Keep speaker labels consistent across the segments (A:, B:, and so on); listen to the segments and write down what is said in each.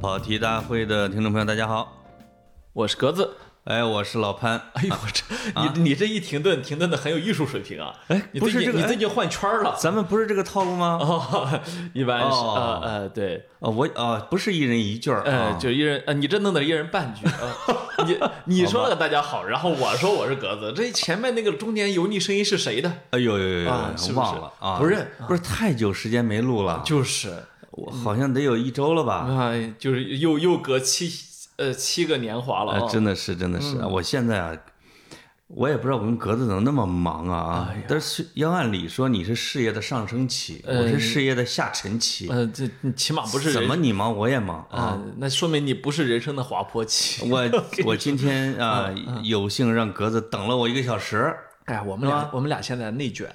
A: 跑题大会的听众朋友，大家好，
B: 我是格子。
A: 哎，我是老潘。
B: 哎呦，我这你你这一停顿，停顿的很有艺术水平啊！
A: 哎
B: 你
A: 不
B: 最
A: 是
B: 近
A: 这个
B: 你
A: 哎
B: 最近换圈儿了。
A: 咱们不是这个套路吗？
B: 哦，一般是
A: 哦
B: 呃呃对，
A: 啊，我啊，不是一人一句儿
B: 呃
A: 啊，
B: 就一人呃你这弄的一人半句， 呃你你说了个大家好，然后我说我是格子，这前面那个中年油腻声音是谁的？
A: 哎呦呦呦呦，
B: 啊是不是
A: 忘了啊，
B: 不认
A: 不是太久时间没录了，
B: 就是
A: 我好像得有一周了吧？
B: 啊，就是又又隔七呃七个年华了
A: 哎
B: 啊，，
A: 真的是真的是，
B: 嗯
A: 我现在啊。我也不知道我跟格子怎么那么忙啊
B: 哎
A: 啊！但是要按理说你是事业的上升期，我是事业的下沉期，
B: 呃这你起码不是
A: 怎
B: 人
A: 么你忙我也忙啊？
B: 啊？嗯那说明你不是人生的滑坡期。
A: 我我今天啊，
B: 嗯
A: 有幸让格子等了我一个小时，
B: 哎，我们俩我们俩现在内 卷，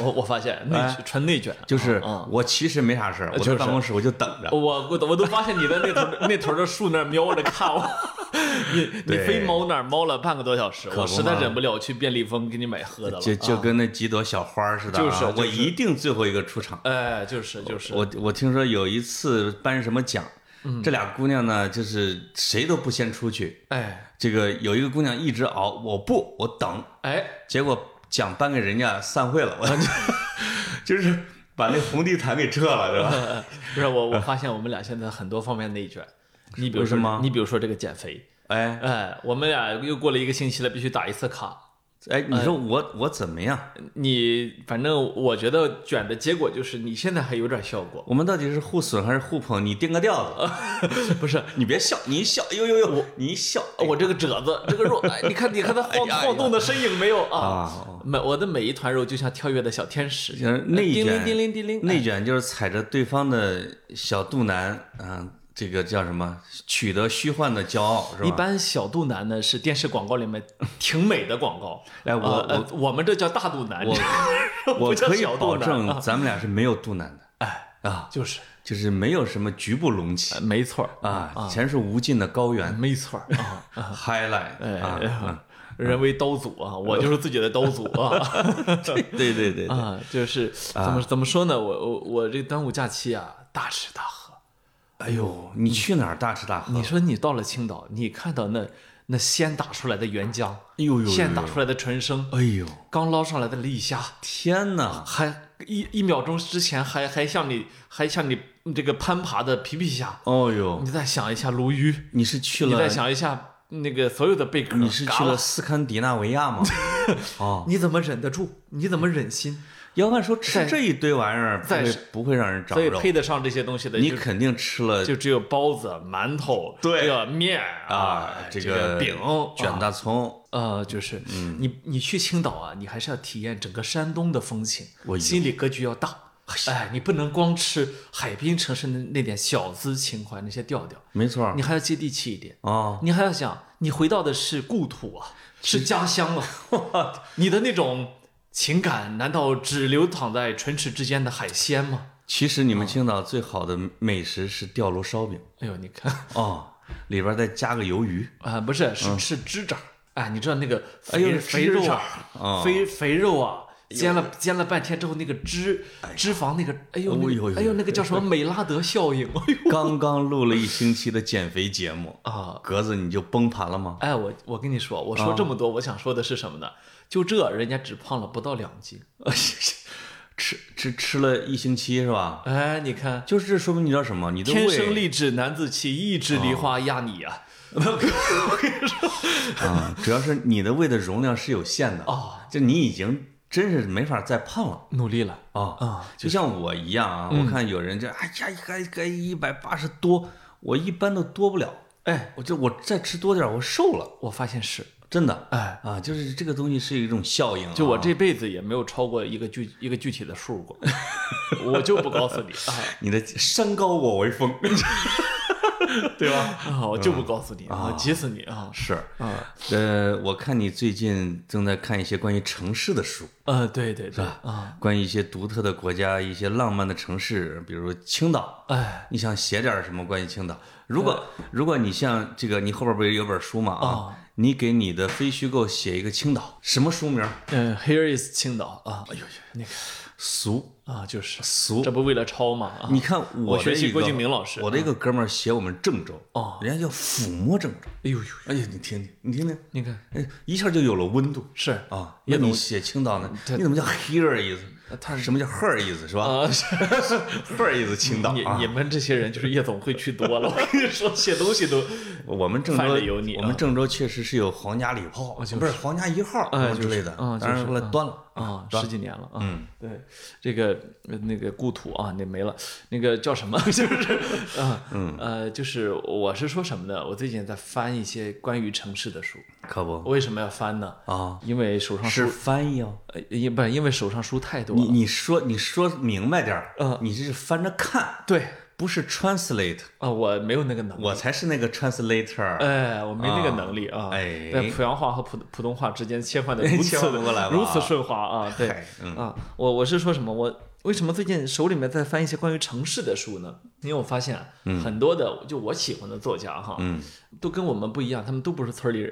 B: 我我发现内卷穿内卷
A: 就是
B: 啊啊
A: 我其实没啥事儿，我
B: 就
A: 在
B: 是
A: 办公室我就等着。
B: 我我都我都发现你在那头那头的树那儿瞄着看我，你你
A: 对
B: 非猫那儿猫了半个多小时，
A: 不嘛
B: 我实在忍不了，我去便利蜂给你买喝的了。啊
A: 就就跟那几朵小花儿似的啊，
B: 就是就是
A: 我一定最后一个出场。
B: 哎，就是就是，嗯
A: 我我听说有一次颁什么奖，这俩姑娘呢，就是谁都不先出去。
B: 哎
A: 这个有一个姑娘一直熬，我不，我等，
B: 哎，
A: 结果奖颁给人家散会了，我 就是把那红地毯给撤了，是吧？
B: 不是我我发现我们俩现在很多方面内卷，你比如
A: 为什么
B: 说你比如说这个减肥，
A: 哎
B: 哎，我们俩又过了一个星期了，必须打一次卡。
A: 哎，你说
B: 嗯
A: 我我怎么样？
B: 你反正我觉得卷的结果就是你现在还有点效果，
A: 我们到底是互损还是互捧？你定个调子，
B: 不是
A: 你别笑，你一笑，呦呦呦，你一笑，
B: 嗯我这个褶子，这个肉，哎，你看，你看它
A: 哎
B: 晃
A: 呀
B: 晃动的身影没有
A: 啊嗯
B: 啊？每我的每一团肉就像跳跃的小天使，
A: 就是内
B: 呃叮
A: 卷
B: 铃叮铃叮铃，哎
A: 内卷就是踩着对方的小肚腩，啊，这个叫什么？取得虚幻的骄傲是
B: 一
A: 吧？
B: 般小肚腩呢是电视广告里面挺美的 广告，
A: 来哎我
B: 呃呃我们这叫大肚 腩，
A: 我我
B: 不叫
A: 可以
B: 小
A: 保
B: 肚腩
A: 证，
B: 啊，
A: 咱们俩是没有肚腩的，
B: 哎，
A: 啊，
B: 就是，
A: 就是没有什么局部隆起
B: 呃没错儿，
A: 啊，全是无尽的高原
B: 没错儿啊，
A: highlight 啊，
B: 哎， 人为刀俎啊，我就是自己的刀俎啊。
A: 对对对对，
B: 啊，就是怎么怎么说呢？我我我这端午假期啊，大吃大喝。
A: 哎呦，你去哪儿大吃大喝
B: 你？说你到了青岛，你看到那那鲜打出来的原浆，
A: 哎呦呦呦呦
B: 现打出来的纯生，
A: 哎呦，
B: 刚捞上来的立虾，
A: 天哪！
B: 还一一秒钟之前还还向你还向你这个攀爬的皮皮虾，
A: 哦呦，
B: 你再想一下鲈鱼，
A: 你是去
B: 你
A: 了
B: 再想一下那个所有的贝壳，
A: 你是去
B: 嘎
A: 了
B: 啦，
A: 斯堪的纳维亚 吗？哦，
B: 你怎么忍得住？你怎么忍心？
A: 要不然说吃
B: 在
A: 这一堆玩意儿不
B: 在
A: 会不会让人长
B: 所以
A: 肉，
B: 配得上这些东西的，
A: 你
B: 就
A: 肯定吃了
B: 就只有包子、馒头、
A: 对
B: 这个面
A: 啊
B: 这
A: 个
B: 饼、啊
A: 卷大葱。
B: 呃，就是你你去青岛啊，你还是要体验整个山东的风情
A: 我，
B: 心理格局要大。哎，你不能光吃海滨城市那那点小资情怀那些调调，
A: 没错儿
B: 你还要接地气一点。
A: 啊，
B: 你还要想，你回到的是故土啊，是家乡 啊，你的那种情感难道只流淌在唇齿之间的海鲜吗？
A: 其实
B: 啊
A: 你们青岛最好的美食是吊炉烧饼
B: 哎呦，你看啊、
A: 哦，里边再加个鱿 鱼，
B: 不是，是是指掌。嗯哎，你知道那个
A: 哎呦
B: 肥
A: 是
B: 肥
A: 指
B: 肉
A: 掌
B: 啊，
A: 啊
B: 肥肥肉啊，煎了煎了半天之后，那个脂脂肪那个，哎呦，
A: 哎呦
B: 那
A: 哎呦
B: 个哎呦，那个叫什么美拉德效应，哎呦
A: 刚刚录了一星期的减肥节目，
B: 啊！
A: 格子你就崩盘了吗？
B: 哎，我我跟你说，我说这么多，我想说的是什么呢？就这，人家只胖了不到两斤。
A: 吃吃吃了一星期是吧？
B: 哎，你看，
A: 就是这说明你知道什么？你的
B: 天生
A: 胃
B: 丽质难自弃，一枝梨花压你呀！
A: 啊，主要是你的胃的容量是有限的
B: 哦，
A: 就你已经真是没法再胖了。
B: 努力了，
A: 啊、
B: 啊嗯
A: 就像我一样啊，我看有人这哎呀，还还一百八十多，我一般都多不了。
B: 哎，
A: 我这我再吃多点儿，我瘦了，
B: 我发现是，
A: 真的
B: 哎，
A: 啊，就是这个东西是一种效应、啊。
B: 就我这辈子也没有超过一个具一个具体的数 过，我就不告诉你啊。
A: 你的山高我为峰， 对吧？嗯
B: 啊，我就不告诉你，我急死你啊！
A: 是，
B: 啊，
A: 呃，我看你最近正在看一些关于城市的书，
B: 呃，对对对，啊，
A: 关于一些独特的国家、一些浪漫的城市，比如青岛。
B: 哎，
A: 你想写点儿什么关于青岛？如果如果你像这个，你后边不是有本书吗？
B: 哦
A: 啊，你给你的非虚构写一个青岛，什么书名？
B: 嗯，Here is 青岛啊，哎呦呦，那个
A: 俗
B: 啊，就是
A: 俗
B: 这。不为了抄吗？啊
A: 你看我
B: 我学
A: 的
B: 习
A: 一
B: 郭
A: 个
B: 敬明老师嗯
A: 我的一个哥们儿写我们郑州，
B: 哦，
A: 人家叫抚摸郑州。
B: 哎呦呦，
A: 哎呀，你听听，你听听，
B: 你看
A: 哎，一下就有了温度
B: 是
A: 啊！那你写青岛
B: 嗯
A: 呢？你怎么叫 here 意思？他是什么叫 her 意思是吧
B: 啊，是
A: ？her 意思青岛
B: 你
A: 啊
B: 你，们这些人就是夜总会去多了， 我跟你说，写 东西都
A: 我们郑
B: 饭
A: 州
B: 里有你啊哦
A: 我们郑州确实是有皇家礼炮，
B: 就是
A: 不是皇家一号什
B: 哎
A: 么之类的，
B: 就是啊
A: 当然
B: 就是
A: 后来端了
B: 啊，
A: 端
B: 十
A: 了
B: 几年了啊。
A: 嗯，
B: 对，这个呃那个故土啊，那没了，那个叫什么？ 就是啊，
A: 嗯
B: 呃，就是我是说什么呢？我最近在翻一些关于城市的书，
A: 可不
B: 为什么要翻呢？
A: 啊，
B: 因为手上
A: 是
B: 书，
A: 翻译哦。
B: 呃，因不是因为手上书太多
A: 你
B: 了。
A: 你说你说明白点儿，
B: 嗯
A: 你这是翻着看，
B: 对
A: 不是 translate，
B: 啊，我没有那个能力，
A: 我才是那个 translator。
B: 哎，我没那个能力啊。
A: 哎
B: 在濮阳话和普普通话之间切换的如此
A: 切换不过来吧
B: 如此顺滑啊。对
A: 嗨嗯
B: 啊，我我是说什么？我为什么最近手里面在翻一些关于城市的书呢？因为我发现啊很多的就我喜欢的作家哈，
A: 嗯，
B: 都跟我们不一样，他们都不是村里人，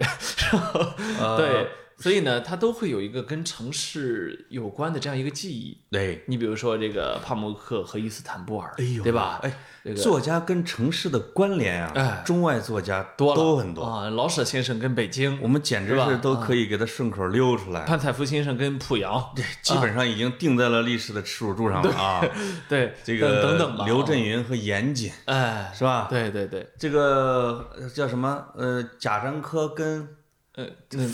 A: 呃
B: 对，所以呢，他都会有一个跟城市有关的这样一个记忆。
A: 对，
B: 你比如说这个帕慕克和伊斯坦布尔，
A: 哎呦
B: 对吧？
A: 哎，
B: 这个
A: 作家跟城市的关联
B: 哎
A: 啊，中外作家
B: 多了
A: 都很多，
B: 啊，老舍先生跟北京，
A: 我们简直
B: 是吧嗯
A: 是都可以给他顺口溜出来，
B: 潘采夫先生跟濮阳，
A: 对，基本上已经定在了历史的耻辱柱上了啊。
B: 啊对，
A: 这个
B: 等等等吧，
A: 刘震云和严谨
B: 哎，
A: 是吧？
B: 对对对，
A: 这个呃叫什么？呃，贾樟柯跟
B: 呃，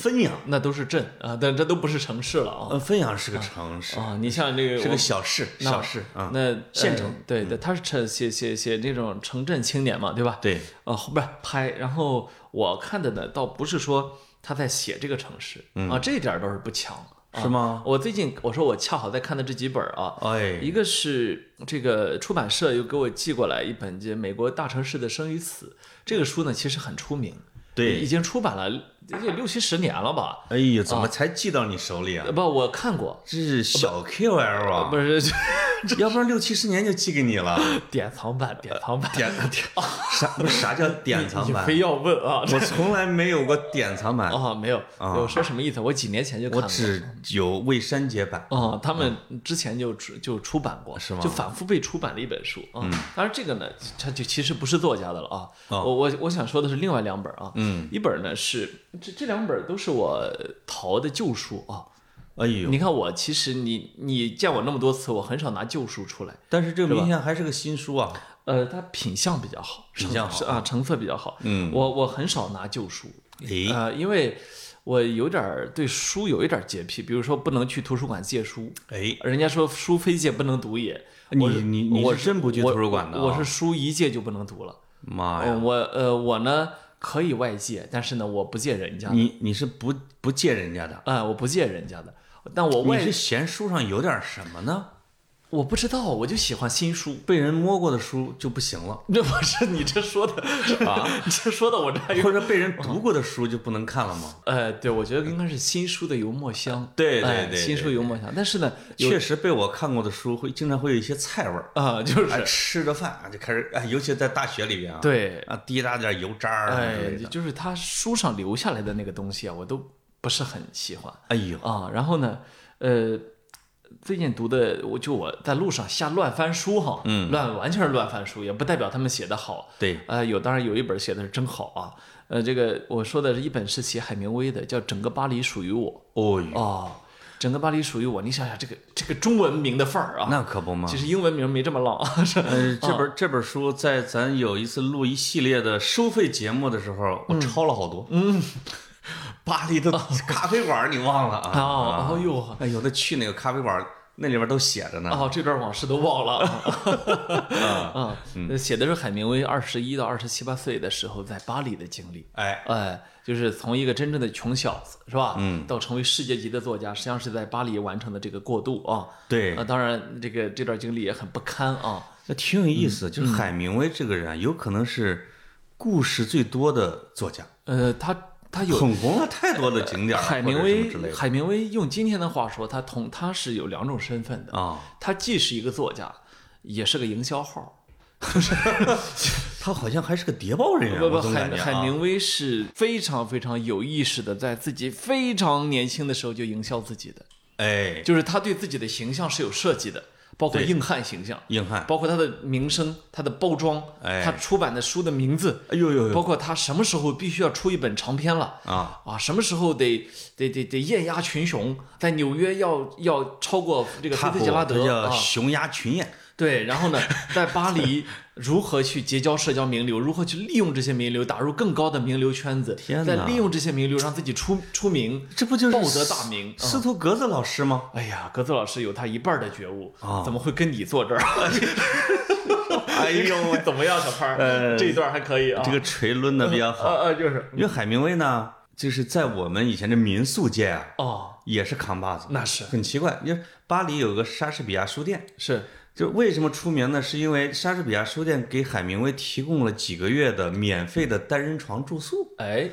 A: 汾阳，
B: 那都是镇啊，但这都不是城市了啊
A: 呃，汾阳是个城市，
B: 啊，你像这个
A: 是个
B: 我
A: 小市，
B: 那
A: 小市啊。
B: 那呃
A: 县城，嗯
B: 对对，他是城写写写那种城镇青年嘛，对吧？
A: 对，
B: 啊，不是拍，然后我看的呢，倒不是说他在写这个城市
A: 嗯
B: 啊，这一点倒是不强。啊
A: 是吗？
B: 我最近我说我恰好在看的这几本啊，
A: 哎，
B: 一个是这个出版社又给我寄过来一本这《美国大城市的生与死》这个书呢，其实很出名，已
A: 对，
B: 经出版了也六七十年了吧？
A: 哎呀，怎么才寄到你手里啊
B: 哦呃？不，我看过，
A: 这是小 QL 啊，
B: 不是
A: 要不然六七十年就寄给你了。
B: 典藏版，典藏版，哦
A: 典典啥不是啥叫典藏
B: 你
A: 版？
B: 非要问啊？
A: 我从来没有过典藏版，
B: 啊，没有，我说什么意思？我几年前就看
A: 我
B: 过。
A: 只有未删节版。
B: 哦，他们之前就出就出版过，
A: 嗯是吗嗯
B: 就反复被出版了一本书啊。当然，这个呢，它就其实不是作家的了啊。
A: 哦
B: 我我我想说的是另外两本啊，
A: 嗯，
B: 一本呢是这这两本都是我淘的旧书啊。
A: 哎呦，
B: 你看我其实你你见我那么多次，我很少拿旧书出来。
A: 但是这个明显还是个新书啊。
B: 呃，它品相比较好，
A: 品相
B: 成啊，成色比较好。
A: 嗯，
B: 我我很少拿旧书，
A: 诶，
B: 呃，因为我有点儿对书有一点儿洁癖，比如说不能去图书馆借书，
A: 哎，
B: 人家说书非借不能读也。
A: 你
B: 我是
A: 你你
B: 我
A: 是真不去
B: 我
A: 图书馆的啊？
B: 我是书一借就不能读了。
A: 妈呀，
B: 嗯，我呃我呢可以外借，但是呢我不借人家的，
A: 你你是不不借人家的？
B: 哎、我不借人家的。但我
A: 你
B: 外
A: 是嫌书上有点什么呢？
B: 我不知道，我就喜欢新书。
A: 被人摸过的书就不行了，
B: 这不是你这说的啊？你 这说的我这还有
A: 或者被人读过的书就不能看了吗？
B: 呃，对，我觉得应该是新书的油墨香。
A: 对对
B: 哎
A: 对
B: 新书油墨香。但是呢，有
A: 确实被我看过的书会经常会有一些菜味儿，
B: 啊、就是、
A: 哎，吃着饭啊就开始，哎，尤其在大学里边啊，
B: 对，
A: 啊，滴答点油渣儿啊之
B: 哎
A: 类，的，
B: 就是他书上留下来的那个东西啊，我都不是很喜欢。
A: 哎呦，
B: 啊，然后呢，呃，最近读的，我就我在路上瞎乱翻书哈，
A: 嗯
B: 乱完全是乱翻书，也不代表他们写的好。
A: 对，
B: 呃，有当然有一本写的是真好啊，呃，这个我说的是一本是写海明威的，叫《整个巴黎属于我
A: 哦呦》，
B: 哦，整个巴黎属于我》，你想想这个这个中文名的范儿啊，
A: 那可不嘛
B: 其。实英文名没这么浪啊，是
A: 呃，这本这本书在咱有一次录一系列的收费节目的时候，我抄了好多。嗯，巴黎的咖啡馆你忘了 啊？
B: 哦，哎呦。
A: 哎，有的去那个咖啡馆，那里边都写着呢。
B: 哦，这段往事都 忘了啊！那
A: 嗯
B: 写的是海明威二十一到二十七八岁的时候在巴黎的经历。
A: 哎，
B: 哎，就是从一个真正的穷小子是吧，嗯，到成为世界级的作家，实际上是在巴黎完成的这个过渡啊。
A: 对
B: 啊，，当然这个这段经历也很不堪啊。
A: 那挺有意思。
B: 嗯
A: 就是海明威这个人啊，有可能是故事最多的作家，
B: 呃，他他有呃
A: 捧红了太多的景点儿啊
B: 海
A: 或者什么
B: 明
A: 之类
B: 威，
A: 的
B: 海明威用今天的话说，他同他是有两种身份的，
A: 啊。
B: 他既是一个作家，也是个营销号。
A: 他好像还是个谍报人员，
B: 不不，
A: 我总
B: 海
A: 感觉啊
B: 海明威是非常非常有意识的，在自己非常年轻的时候就营销自己的。
A: 哎，
B: 就是他对自己的形象是有设计的，包括硬汉形象，
A: 硬汉，
B: 包括他的名声、他的包装、
A: 哎
B: 他出版的书的名字，
A: 哎呦呦
B: 包
A: 呦
B: 括他什么时候必须要出一本长篇了。
A: 啊！
B: 啊，什么时候得得得得艳压群雄，在纽约要要超过这个
A: 他
B: 菲
A: 不
B: 茨杰拉
A: 他
B: 德
A: 叫
B: 啊，
A: 熊牙群演，
B: 对，然后呢，在巴 黎如何去结交社交名流，如何去利用这些名流打入更高的名流圈子，
A: 天
B: 再
A: 哪
B: 利用这些名流让自己出出名，
A: 这不就是
B: 报得大名
A: 司司徒格子老师吗？
B: 哎呀，格子老师有他一半儿的觉悟，
A: 啊
B: 怎么会跟你坐这儿？
A: 哎呦喂，
B: 怎么样，小潘儿？
A: 呃
B: 这一段还可以啊。
A: 这个锤抡的比较
B: 呃
A: 好。
B: 呃，就是
A: 因为海明威呢，就是在我们以前的民宿界啊，
B: 哦，
A: 也是扛把子，
B: 那是
A: 很奇怪。因为巴黎有个莎士比亚书店，
B: 是
A: 就为什么出名呢？是因为莎士比亚书店给海明威提供了几个月的免费的单人床住宿，
B: 哎，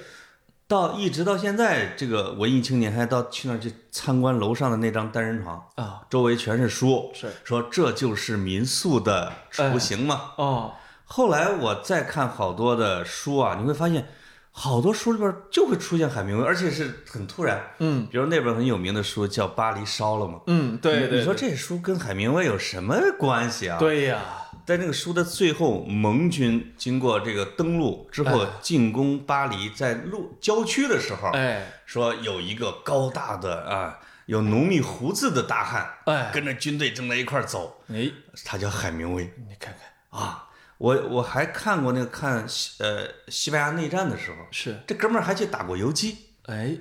A: 到一直到现在，这个文艺青年还到去那儿去参观楼上的那张单人床，
B: 啊
A: 周围全是书，
B: 是
A: 说这就是民宿的雏形嘛。
B: 哦
A: 后来我再看好多的书啊，你会发现好多书里边就会出现海明威，而且是很突然。
B: 嗯
A: 比如那本很有名的书叫《巴黎烧了》嘛，
B: 嗯，对对
A: 你说
B: 对
A: 这书跟海明威有什么关系啊？
B: 对呀，
A: 在那个书的最后，盟军经过这个登陆之后进攻巴黎，在路郊区的时候，
B: 哎
A: 说有一个高大的啊有浓密胡子的大汉，
B: 哎
A: 跟着军队正在一块儿走，
B: 哎，
A: 他叫海明威
B: 你看看
A: 啊。我我还看过那个看西呃西班牙内战的时候，
B: 是
A: 这哥们儿还去打过游击。
B: 哎，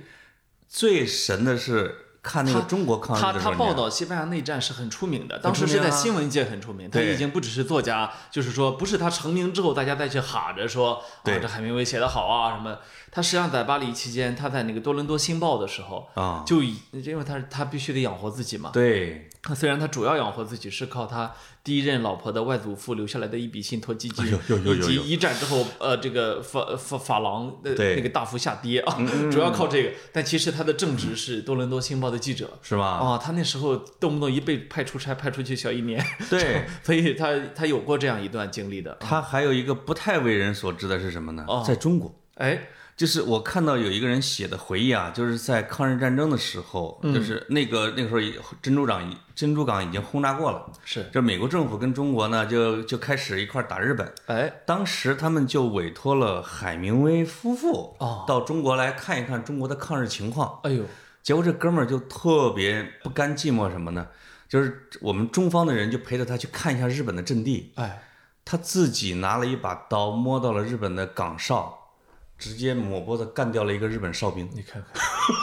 A: 最神的是看那个中国抗
B: 他
A: 日的时
B: 他
A: 候，
B: 报
A: 你
B: 道西班牙内战是很出名的，
A: 出名啊
B: 当时是在新闻界很出名。他
A: 对
B: 已经不只是作家，就是说不是他成名之后大家再去哈着说啊
A: 对
B: 这海明威写得好啊什么。他实际上在巴黎期间，他在那个多伦多新报的时候。
A: 啊，
B: 就已因为他他必须得养活自己嘛，
A: 对，
B: 他虽然他主要养活自己是靠他第一任老婆的外祖父留下来的一笔信托基金，
A: 哎呦呦呦呦
B: 以及
A: 呦
B: 一战之后呃这个法法法郎的
A: 对嗯
B: 那个大幅下跌啊， 主要靠这个。但其实他的正职是多伦多新报的记者，
A: 是吧？
B: 哦，他那时候动不动一被派出差，派出去小一年，
A: 对，
B: 所以他他有过这样一段经历的。
A: 他还有一个不太为人所知的是什么呢
B: 哦？
A: 在中国，
B: 哎，
A: 就是我看到有一个人写的回忆啊，就是在抗日战争的时候，
B: 嗯
A: 就是那个那个时候已珍珠港已珍珠港已经轰炸过了，
B: 是，
A: 这美国政府跟中国呢就就开始一块儿打日本。
B: 哎，
A: 当时他们就委托了海明威夫妇
B: 哦
A: 到中国来看一看中国的抗日情况。
B: 哎呦，
A: 结果这哥们儿就特别不甘寂寞什么呢？就是我们中方的人就陪着他去看一下日本的阵地，
B: 哎，
A: 他自己拿了一把刀摸到了日本的岗哨，直接抹脖子干掉了一个日本哨兵。
B: 你看看，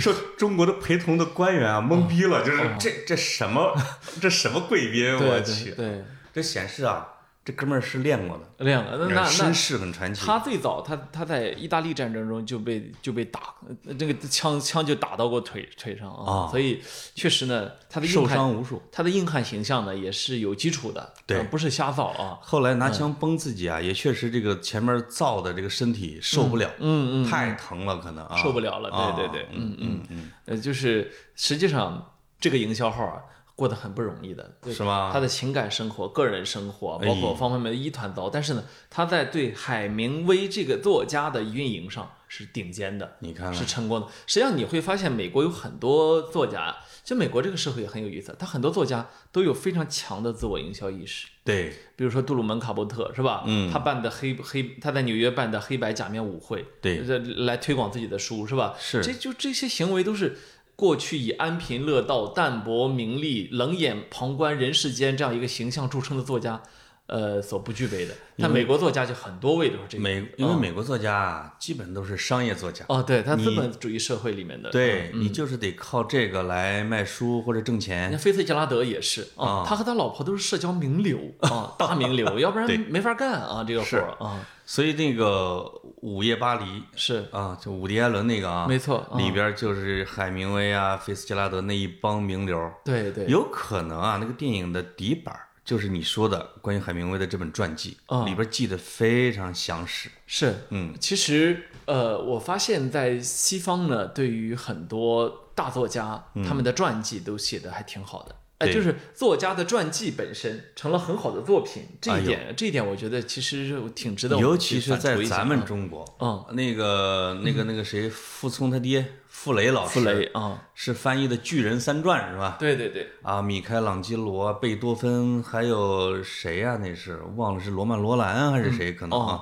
A: 说中国的陪同的官员啊，懵逼了，就是这这什么 这什么贵宾，我
B: 对对
A: 去！
B: 对，
A: 这显示啊，这哥们儿是练过的，
B: 两个那那
A: 身
B: 那。
A: 世很传奇。
B: 他最早，他他在意大利战争中就被就被打，呃那个枪枪就打到过腿腿上啊，
A: 啊
B: 所以确实呢，他的硬
A: 受
B: 汉
A: 伤无数，
B: 他的硬汉形象呢也是有基础的，
A: 对
B: 呃不是瞎造啊，
A: 后来拿枪崩自己啊，也确实这个前面造的这个身体受不了，
B: 嗯嗯嗯，
A: 太疼了，可能啊
B: 受不了了，
A: 啊
B: 对对对，嗯嗯
A: 嗯嗯
B: 呃，就是实际上这个营销号啊，过得很不容易的，
A: 嗯，
B: 对
A: 是吗？
B: 他的情感生活、个人生活，
A: 哎
B: 包括方方面面一团糟。但是呢，他在对海明威这个作家的运营上是顶尖的，
A: 你看看
B: 是成功的。实际上你会发现，美国有很多作家，就美国这个社会也很有意思，他很多作家都有非常强的自我营销意识。
A: 对，
B: 比如说杜鲁门·卡伯特是吧？
A: 嗯
B: 他办的黑黑，他在纽约办的黑白假面舞会，
A: 对
B: 这来推广自己的书是吧？
A: 是
B: 这就这些行为都是过去以安贫乐道、淡泊名利、冷眼旁观人世间这样一个形象著称的作家，呃，所不具备的。但美国作家就很多位都是这个。
A: 美因为美国作家啊，基本都是商业作家，
B: 哦，对，他
A: 你
B: 资本主义社会里面的，啊嗯
A: 对你就是得靠这个来卖书或者挣钱
B: 你看。菲茨杰拉德也是啊
A: 啊，
B: 他和他老婆都是社交名流啊，大 名流，要不然没法干啊这个活儿啊，
A: 所以那个《午夜巴黎
B: 是》
A: 啊，就伍迪·艾伦那个啊，
B: 没错，啊
A: 里边就是海明威啊、菲茨杰拉德那一帮名流，
B: 对对，
A: 有可能啊，那个电影的底板儿就是你说的关于海明威的这本传记
B: 啊，
A: 里边记得非常详实。
B: 是
A: 嗯，
B: 其实，呃，我发现，在西方呢，对于很多大作家，他们的传记都写的还挺好的。哎，
A: 嗯对
B: 就是作家的传记本身成了很好的作品，这一点，这一点我觉得其实是挺值得我们
A: 哎尤
B: 去
A: 其是
B: 反
A: 在
B: 刍一下
A: 咱们
B: 啊
A: 中国，
B: 嗯，
A: 那个那个那个谁，傅聪他爹傅雷老师，
B: 傅雷啊，
A: 是翻译的《巨人三传》是吧？
B: 对对对，
A: 啊，米开朗基罗、贝多芬，还有谁呀、那是忘了是罗曼·罗兰啊
B: 嗯
A: 还是谁？可
B: 哦
A: 能啊，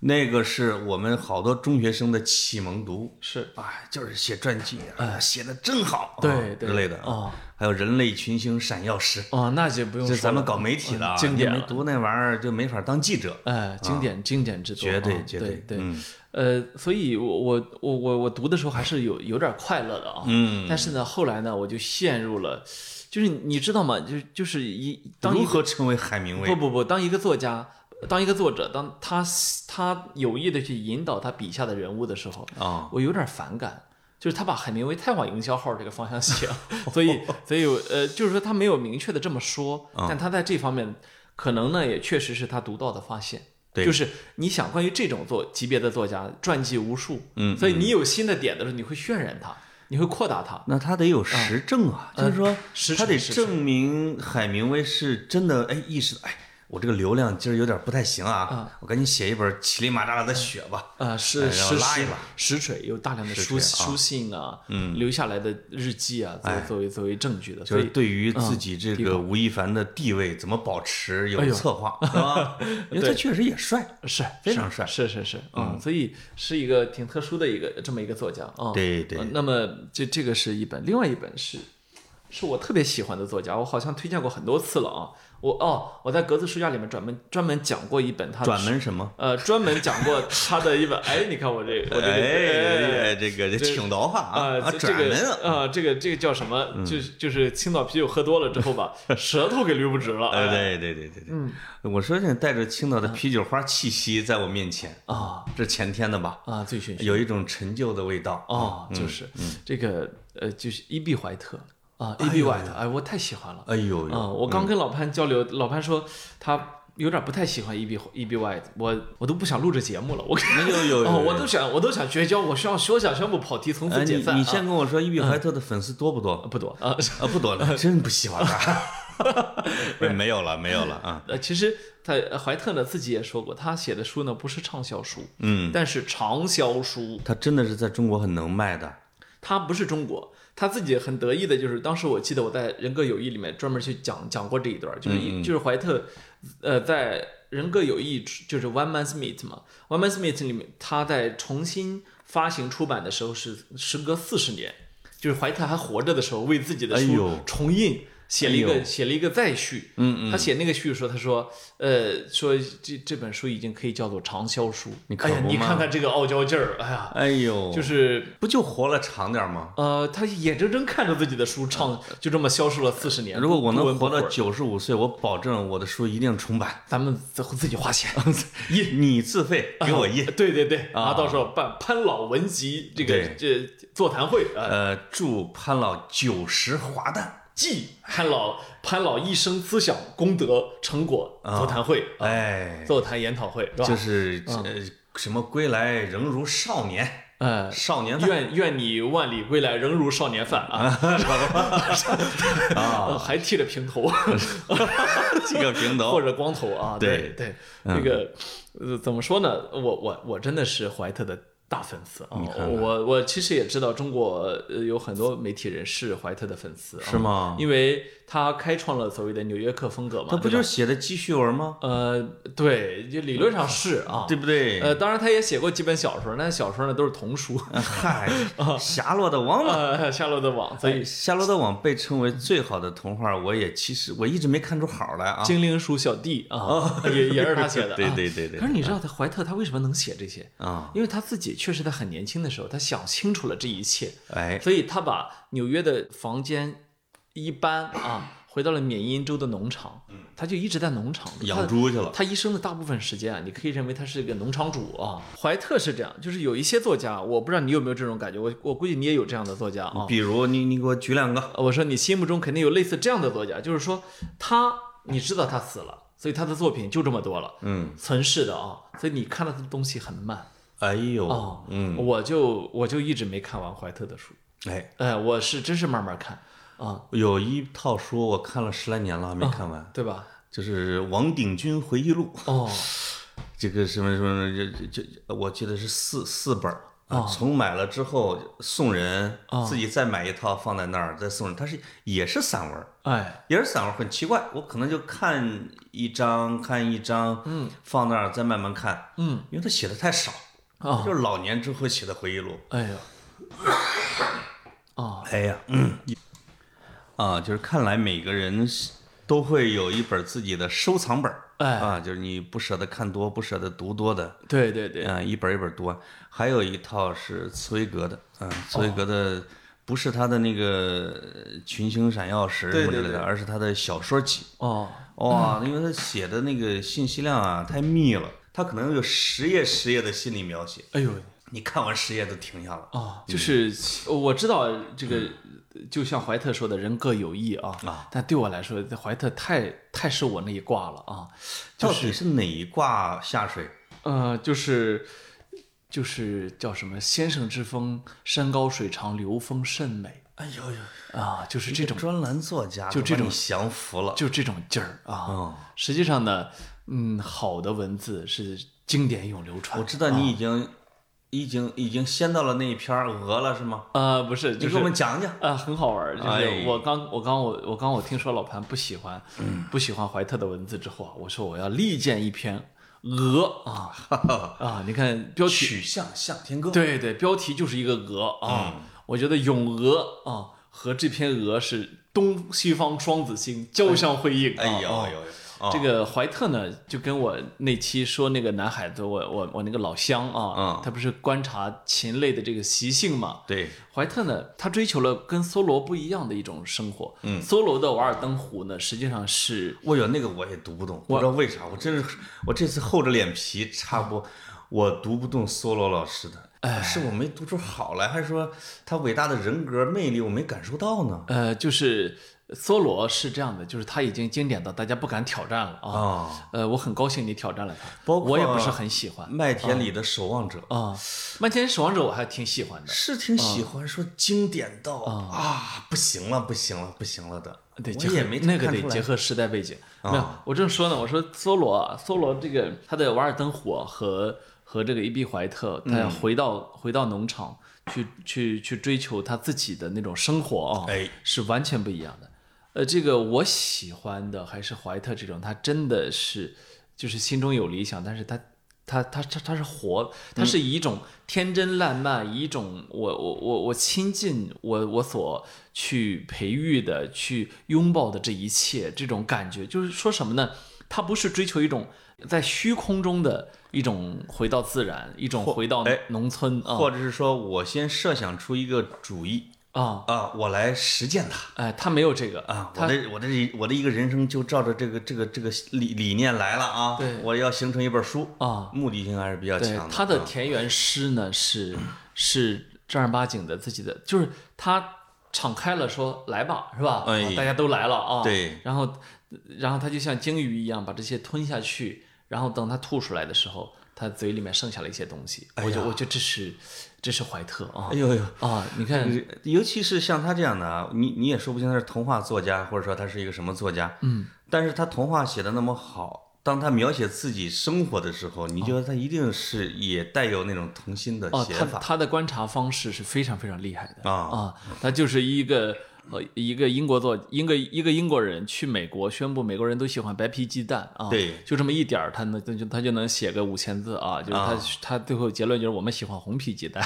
A: 那个是我们好多中学生的启蒙读，
B: 是，
A: 哎，就是写传记啊，写的真好啊，
B: 哎对对
A: 之类的。
B: 哦
A: 还有《人类群星闪耀时》，
B: 哦，那就不用
A: 这
B: 说
A: 咱们
B: 了
A: 搞媒体的啊，
B: 嗯经典
A: 你没
B: 了
A: 读那玩意儿就没法当记者，
B: 哎，经典经典之作，
A: 绝对
B: 啊
A: 绝
B: 对
A: 对，嗯
B: 呃，所以我我我我我读的时候还是有有点快乐的啊，
A: 嗯，
B: 但是呢，后来呢，我就陷入了，就是你知道吗？就就是一当一
A: 如
B: 个
A: 何成为海明威
B: 不？不不，当一个作家，当一个作者，当他他有意的去引导他笔下的人物的时候，
A: 啊，
B: 我有点反感，就是他把海明威太往营销号这个方向写了， 所以所以我呃，就是说他没有明确的这么说，
A: 嗯
B: 但他在这方面可能呢也确实是他独到的发现。
A: 对
B: 就是你想关于这种作级别的作家传记无数，
A: 嗯
B: 所以你有新的点的时候，你会渲染它，你会扩大它，
A: 那他得有实证啊，就是说
B: 实
A: 他
B: 锤
A: 得
B: 实
A: 证明海明威是真的，哎，意识到，哎，我这个流量今儿有点不太行啊，我赶紧写一本骑里马扎拉的雪吧。
B: 呃，
A: 哎
B: 是
A: 然后
B: 实
A: 拉
B: 锤
A: 一把
B: 实锤，有大量的
A: 实
B: 书
A: 锤啊嗯哎
B: 书信啊，留下来的日记啊，作为作为作为证据的，
A: 就
B: 所
A: 是
B: 以
A: 对嗯于自己这个吴亦凡的地位怎么保持有策划， 是吧？哎因为他确实也帅，
B: 是
A: 非常帅。
B: 是是是，嗯，所以是一个挺特殊的一个这么一个作家啊。
A: 对对
B: 呃那么这这个是一本，另外一本是是我特别喜欢的作家，我好像推荐过很多次了啊。我哦，我在格子书架里面专门专门讲过一本他的
A: 转门什么？
B: 呃专门讲过他的一本， 哎，你看我这我这个
A: 哎，这个这青岛话啊，
B: 啊，这这
A: 转
B: 个
A: 门啊，嗯
B: 啊，这个这个叫什么？就是就是青岛啤酒喝多了之 后吧，舌头给捋不直了。
A: 哎，
B: 哎
A: 对对对对对，我说这带着青岛的啤酒花气息在我面前，
B: 啊
A: 这前天的吧，
B: 啊，醉醺醺
A: 有一种陈旧的味道
B: 哦，就是这个呃，就是伊比怀特啊伊
A: 嗯哎
B: 比
A: 呦
B: 怀特，哎，我太喜欢了
A: 哎呦
B: 啊！
A: 呦，
B: 我刚跟老潘交流，老潘说他有点不太喜欢伊比伊比怀特，我我都不想录这节目了，我
A: 哎呦呦呦，
B: 哦，我都想我都想绝交，我需要我想宣布跑题，从
A: 哎
B: 此解
A: 你
B: 散。
A: 你
B: 啊
A: 先跟我说，伊比怀特的粉丝多不多？
B: 不多啊，
A: 啊，不 多了，真不喜欢他。没有了，没有了啊。
B: 呃，其实他呃怀特呢自己也说过，他写的书呢不是畅销书，
A: 嗯，
B: 但是畅销书。
A: 他真的是在中国很能卖的。
B: 他不是中国，他自己很得意的就是，当时我记得我在《人各有异》里面专门去讲讲过这一段，就是
A: 嗯
B: 一、就是怀特，呃，在《人各有异》就是 One Man's Meat 嘛，One Man's Meat 里面他在重新发行出版的时候是时隔四十年，就是怀特还活着的时候为自己的
A: 哎
B: 书
A: 呦
B: 重印。写了一个、
A: 哎呦
B: 写了一个再序，嗯嗯，他写那个序的时候，他说，呃，说这这本书已经可以叫做畅销书，
A: 你可
B: 哎呀，
A: 不
B: 你
A: 嘛
B: 看看这个傲娇劲儿，哎呀，
A: 哎呦，
B: 就是是
A: 不就活了长点吗？
B: 呃，他眼睁睁看着自己的书唱，就这么消失了四十年。
A: 嗯如果我
B: 不
A: 能
B: 温不
A: 活到
B: 火，
A: 九十五岁，我保证我的书一定重 版，
B: 咱们自自己 花钱
A: 印你自费
B: 啊
A: 给我 印。
B: 对对对，啊，到时候办潘老文集这个
A: 对
B: 这座谈会啊，
A: 呃，祝潘老九十华诞。
B: 记潘老潘老一生思想功德成果座谈会，
A: 哎，
B: 座谈研讨会啊是吧？
A: 啊
B: 嗯
A: 就是呃什么归来仍如少年，
B: 呃，
A: 少年犯
B: 愿愿你万里归来仍如少年犯 啊！啊， 还剃着 平头。
A: 这个平
B: 或
A: 头。
B: 者光头啊，
A: 哦对嗯
B: 对，这个呃怎么说呢？我我我真的是怀特的大粉丝啊！我我其实也知道中国呃有很多媒体人是怀特的粉丝啊，
A: 是吗
B: 因为他开创了所谓的纽约客风格嘛，
A: 他不
B: 对
A: 就
B: 吧
A: 是写的记叙文吗？
B: 呃对，就理论上是啊，
A: 对不对？
B: 呃，当然他也写过几本小说，但小说呢都是 童书，
A: 嗨，
B: 啊
A: 夏洛的王嘛，
B: 呃，夏洛的网，所以
A: 夏洛的网被称为最好的童话，我也其实我一直没看出好来啊。哦
B: 精灵鼠小弟啊，也也是他写的，
A: 对
B: 啊
A: 对对对
B: 可是你知道他怀特他为什么能写这些？
A: 啊，
B: 因为他自己确实在很年轻的时候，他想清楚了这一切，
A: 哎，
B: 所以他把纽约的房间一搬啊，回到了缅因州的农场，他就一直在农场
A: 嗯养。猪去
B: 他
A: 了。
B: 他一生的大部分时间啊，你可以认为他是一个农场主啊。怀特是这样，就是有一些作家，我不知道你有没有这种感觉，我我估计你也有这样的作家啊。
A: 比如你你给我举两个，
B: 我说你心目中肯定有类似这样的作家，就是说他，你知道他死了，所以他的作品就这么多了，
A: 嗯，
B: 存世的啊，所以你看到他的东西很慢。
A: 哎呦
B: 哦，，
A: 嗯，
B: 我就我就一直没看完怀特的书，
A: 哎，
B: 哎，我是真是慢慢看。啊，
A: 有一套书我看了十来年了，还没
B: 哦
A: 看完，
B: 对吧？
A: 就是《王鼎钧回忆录》，
B: 哦，
A: 这个什么什么，这这这，我记得是四四本儿啊，从买了之后送人，自己再买一套放在那儿再送人，它是也是散文儿，
B: 哎，
A: 也是散文儿，很奇怪，我可能就看一章看一章，嗯，放那儿再慢慢看，
B: 嗯，
A: 因为他写的太少，
B: 啊，
A: 就是老年之后写的回忆录，
B: 哎呦，啊，
A: 哎呀，嗯，啊，就是看来每个人是都会有一本自己的收藏本儿，
B: 哎
A: 啊，就是你不舍得看多，不舍得读多的，
B: 对对对，
A: 嗯，一本儿一本儿读完。还有一套是茨威格的，嗯，茨威格
B: 哦
A: 的不是他的那个《群星闪耀时》
B: 对
A: 什么
B: 对
A: 之类的，而是他的小说集。
B: 哦，
A: 哇，因为他写的那个信息量啊太密了，他可能有十页十页的心理描写，
B: 哎呦，
A: 你看完十页都停下了。
B: 啊，就是
A: 嗯
B: 我知道这个，就像怀特说的，人各有异啊，
A: 啊
B: 但对我来说，怀特太太是我那一挂了啊，
A: 到底是哪一卦下水？
B: 呃，就是就是叫什么“先生之风，山高水长流，风甚美
A: 哎呦呦！”
B: 啊，就是这
A: 这
B: 种
A: 专栏作家
B: 就
A: 都
B: 这
A: 把
B: 种
A: 你降服了，
B: 就这种劲儿啊。
A: 嗯
B: 实际上呢，嗯，好的文字是经典永流传。
A: 我知道你已经、
B: 啊
A: 已经已经先到了那一篇儿鹅了是吗？
B: 呃，不是，就
A: 你
B: 是
A: 给我们讲讲。
B: 啊，很好玩儿。就是
A: 哎
B: 我刚我刚我我刚我听说老潘不喜欢不喜欢怀特的文字之后啊，我说我要力荐一篇《鹅》 啊啊！你看标题，
A: 曲项向天歌，
B: 对对，标题就是一个鹅啊。
A: 嗯
B: 我觉得《咏鹅》啊和这篇鹅是东西方双子星交相辉映。
A: 哎呦
B: 啊啊
A: 呦呦，啊
B: 这个怀特呢，就跟我那期说那个南海的我我我那个老乡啊，
A: 嗯
B: 他不是观察禽类的这个习性嘛？
A: 对，
B: 怀特呢，他追求了跟梭罗不一样的一种生活。嗯，梭罗的《瓦尔登湖》呢，实际上是
A: 我有那个我也读不懂，不知道为啥，我真是我这次厚着脸皮插播，我读不懂梭罗老师的，
B: 哎
A: 是我没读出好来，还是说他伟大的人格魅力我没感受到呢？
B: 呃，就是梭罗是这样的，就是他已经经典到大家不敢挑战了啊。
A: 啊，
B: 呃，我很高兴你挑战了他，
A: 包括
B: 我也不是很喜欢啊、
A: 麦田里的守望
B: 哦
A: 者。
B: 漫天守望者》我还挺喜欢的，
A: 是挺喜欢说经典到啊，不行了，不行了，不行了的。
B: 哦对，
A: 我
B: 结合
A: 也没
B: 那个
A: 看
B: 得
A: 出来啊
B: 结合时代背景。没有，我正说呢，我说梭罗，啊，梭罗这个他的《瓦尔登湖》和和这个伊壁怀特，他
A: 嗯
B: 要回到、回到农场去去去追求他自己的那种生活啊、
A: 哎
B: 是完全不一样的。呃，这个我喜欢的还是怀特这种，他真的是就是心中有理想，但是他他他他他是活，
A: 嗯
B: 他是以一种天真烂漫，以一种我我我我亲近我我所去培育的、去拥抱的这一切这种感觉，就是说什么呢？他不是追求一种在虚空中的一种回到自然，一种回到
A: 哎
B: 农村啊
A: 或者是说我先设想出一个主意
B: 啊！
A: 啊，我来实践它
B: 哎，他没有这个
A: 啊，
B: 他
A: 我的我的一我的一个人生就照着这个这个这个理理念来了啊，
B: 对
A: 我要形成一本书
B: 啊，
A: 目的性还是比较
B: 对，
A: 强的。
B: 他的
A: 啊
B: 田园诗呢是是正儿八经的自己的，就是他敞开了说来吧，是吧？
A: 哎
B: 啊大家都来了啊。
A: 对。
B: 然后，然后他就像鲸鱼一样把这些吞下去，然后等他吐出来的时候，他嘴里面剩下了一些东西。我就我觉得这是这是怀特啊
A: 哎呦呦，
B: 啊！你看，
A: 尤其是像他这样的啊，你你也说不清他是童话作家，或者说他是一个什么作家，嗯，但是他童话写的那么好，当他描写自己生活的时候，你觉得他一定是也带有那种童心的
B: 哦，
A: 写
B: 他
A: 法，
B: 他的观察方式是非常非常厉害的
A: 啊
B: 他哦就是一个呃一个英国作一个一个英国人去美国宣布美国人都喜欢白皮鸡蛋啊，
A: 对
B: 就这么一点儿，他能他就他就能写个五千字啊，就是他、
A: 啊
B: 他最后结论就是我们喜欢红皮 鸡蛋，